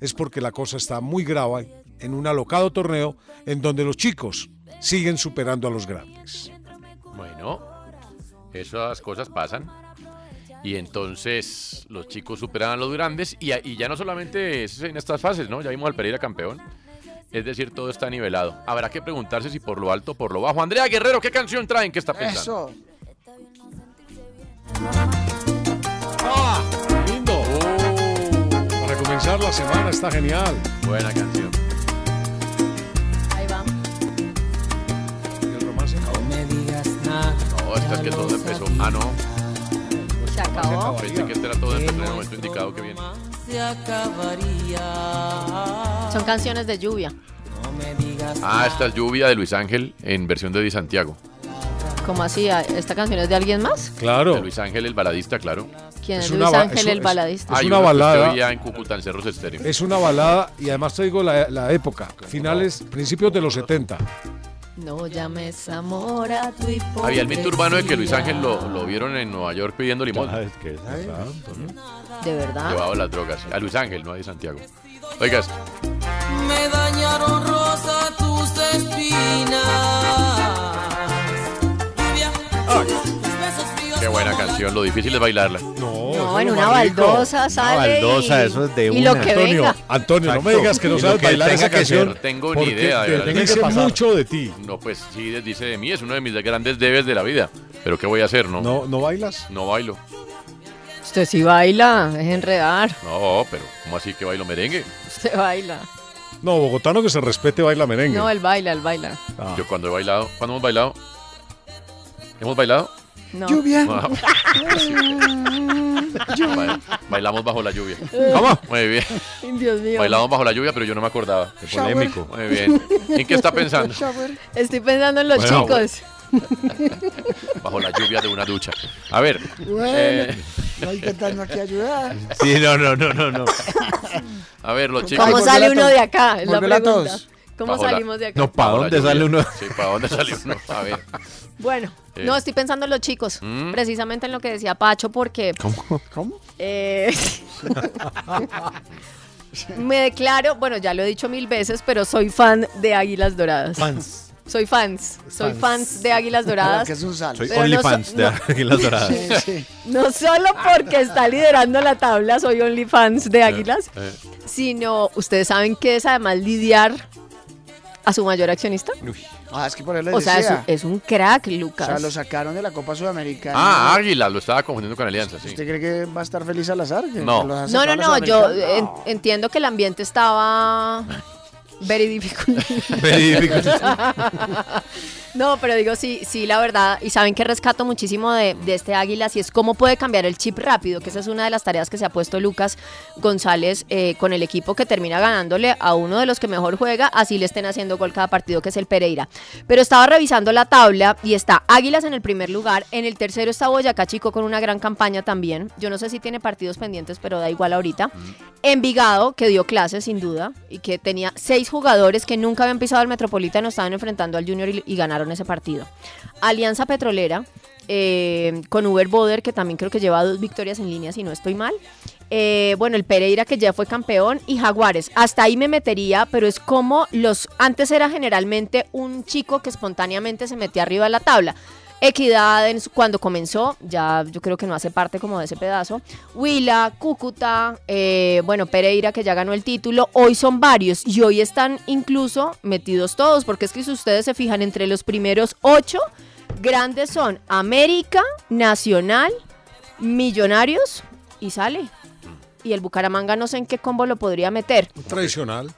es porque la cosa está muy grave en un alocado torneo en donde los chicos siguen superando a los grandes. Bueno, esas cosas pasan. Y entonces los chicos superaban a los grandes y, y ya no solamente es en estas fases, ¿no? Ya vimos al Pereira campeón. Es decir, todo está nivelado. Habrá que preguntarse si por lo alto o por lo bajo. Andrea Guerrero, ¿qué canción traen? ¿Qué está Eso. pensando? Ah, Lindo. Oh, Para comenzar la semana está genial. Buena canción. Ahí va. No, esta es que todo empezó. Ah, no. Se acabó. Pensé que este era todo empezó en el momento indicado que viene. Se acabaría. Son canciones de lluvia, Ah, esta es Lluvia de Luis Ángel en versión de Di Santiago. como así, Ah, ¿esta canción es de alguien más? Claro. De Luis Ángel, el baladista, claro. ¿Quién es, Es Luis una ba- Ángel es- el es- baladista? es Hay una uno que usted balada. oía en Cúcuta, en Cerros Estéreo. Es una balada y además te digo la, la época, finales, principios de los 70. No llames amor a tu Había el mito urbano de que Luis hipocresía. Ángel lo, lo vieron en Nueva York pidiendo limón. De verdad. Llevado las drogas. A Luis Ángel, no a Di Santiago. Oigas, Me dañaron rosa tus espinas. Lluvia, tus besos fríos qué buena canción. Lo difícil es bailarla. No, en una baldosa sale. y, y lo que Antonio, venga. Antonio, no me Exacto. digas que no Y lo sabes que bailar tenga esa que canción. hacer. Tengo ni porque idea, de te- verdad. te Tiene que dice pasar. mucho de ti. No, pues sí, dice de mí. Es uno de mis grandes debes de la vida. Pero ¿qué voy a hacer, no? No, no bailas. No bailo. Usted sí baila, es enredar. No, pero ¿cómo así que bailo merengue? Usted baila. No, bogotano que se respete baila merengue. No, él baila, él baila. Yo cuando he bailado, ¿cuándo hemos bailado? ¿Hemos bailado? Ah, No. Lluvia. Ba- Bailamos bajo la lluvia. ¿Cómo? Muy bien. Dios mío. Bailamos bajo la lluvia, pero yo no me acordaba. Qué Shower. polémico. Muy bien. ¿En qué está pensando? Estoy pensando en los Bueno, chicos. Bajo la lluvia de una ducha. A ver. Bueno, eh, no hay que darnos aquí a ayudar. sí, no, no, no, no, no. A ver, los chicos. ¿Cómo sale uno de acá? Es la Volver a todos. pregunta. ¿Cómo Bajo la- salimos de acá? No, ¿pa' Bajo la dónde lluvia. sale uno? Sí, ¿para dónde sale uno? A ver. Bueno, Eh. no, estoy pensando en los chicos, Mm. precisamente en lo que decía Pacho, porque... ¿Cómo? ¿Cómo? Eh, me declaro, bueno, ya lo he dicho mil veces, pero soy fan de Águilas Doradas. Fans. Soy fans, soy Fans. fans de Águilas Doradas. que es un salto. Soy Pero no OnlyFans so- de no. Águilas Doradas. No solo porque está liderando la tabla, soy only fans de Águilas, Eh. sino ustedes saben que es además lidiar a su mayor accionista. Ah, es que por él le O sea, es, decía. es un crack, O Lucas. sea, lo sacaron de la Copa Sudamericana. Ah, Águila, lo estaba confundiendo con Alianza, sí. ¿Usted cree que va a estar feliz al azar? No. no, no, no, yo en- entiendo que el ambiente estaba very difficult. Very difficult. no, pero digo, sí, sí, la verdad, y saben que rescato muchísimo de, de este águila, y es cómo puede cambiar el chip rápido, que esa es una de las tareas que se ha puesto Lucas González eh, con el equipo que termina ganándole a uno de los que mejor juega, así le estén haciendo gol cada partido, que es el Pereira. Pero estaba revisando la tabla y está Águilas en el primer lugar, en el tercero está Boyacá Chico con una gran campaña también, yo no sé si tiene partidos pendientes, pero da igual ahorita. Envigado, que dio clases sin duda y que tenía seis jugadores que nunca habían pisado el Metropolitano, estaban enfrentando al Junior y, y ganaron ese partido. Alianza Petrolera, eh, con Uber Boder, que también creo que lleva dos victorias en línea, si no estoy mal. Eh, bueno, el Pereira, que ya fue campeón, y Jaguares. Hasta ahí me metería, pero es como los. Antes era generalmente un chico que espontáneamente se metía arriba de la tabla. Equidad en su- cuando comenzó, ya yo creo que no hace parte como de ese pedazo. Huila, Cúcuta, eh, bueno, Pereira que ya ganó el título. Hoy son varios y hoy están incluso metidos todos, porque es que si ustedes se fijan entre los primeros ocho, grandes son América, Nacional, Millonarios y sale. Y el Bucaramanga no sé en qué combo lo podría meter. Tradicional.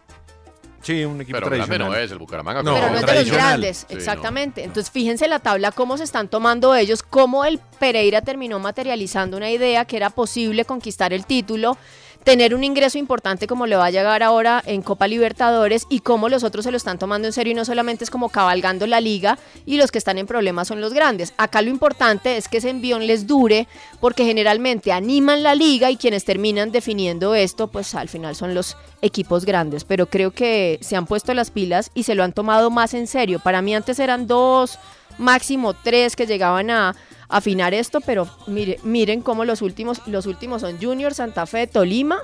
Sí, un equipo Pero grande tradicional. no es el Bucaramanga. No, pero no es de los tradicional. grandes, Sí, no. exactamente. Entonces, fíjense la tabla, cómo se están tomando ellos, cómo el Pereira terminó materializando una idea que era posible conquistar el título, tener un ingreso importante como le va a llegar ahora en Copa Libertadores y cómo los otros se lo están tomando en serio y no solamente es como cabalgando la liga y los que están en problemas son los grandes. Acá lo importante es que ese envión les dure porque generalmente animan la liga y quienes terminan definiendo esto, pues al final son los equipos grandes. Pero creo que se han puesto las pilas y se lo han tomado más en serio. Para mí antes eran dos, máximo tres que llegaban a afinar esto, pero mire, miren cómo los últimos, los últimos son Junior, Santa Fe, Tolima.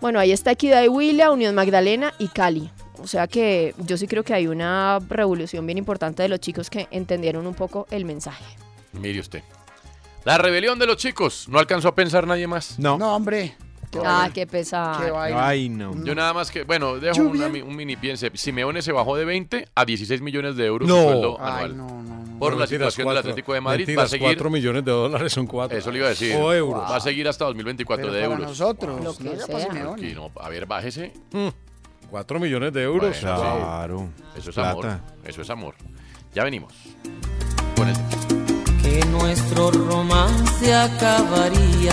Bueno, ahí está Equidad de Huila, Unión Magdalena y Cali. O sea que yo sí creo que hay una revolución bien importante de los chicos que entendieron un poco el mensaje. Mire usted. La rebelión de los chicos. No alcanzó a pensar nadie más. No. No, hombre. ah, qué pesar. Ay, no. Mm. Yo nada más que, bueno, dejo una mi- un mini piense. Simeone se bajó de 20 a 16 millones de euros No. su sueldo Ay, anual. Por No, la mentiras, situación del cuatro. Atlético de Madrid va a Mentiras, seguir. 4 millones de dólares son 4. Eso le iba a decir. O euros. Va a seguir hasta 2024 Pero de para euros. nosotros, Lo que no era para sea. Simeone. Aquí no, a ver, bájese. 4 Hmm. millones de euros. Bueno, sí. Claro. Eso es Plata. amor. Eso es amor. Ya venimos. que nuestro romance acabaría.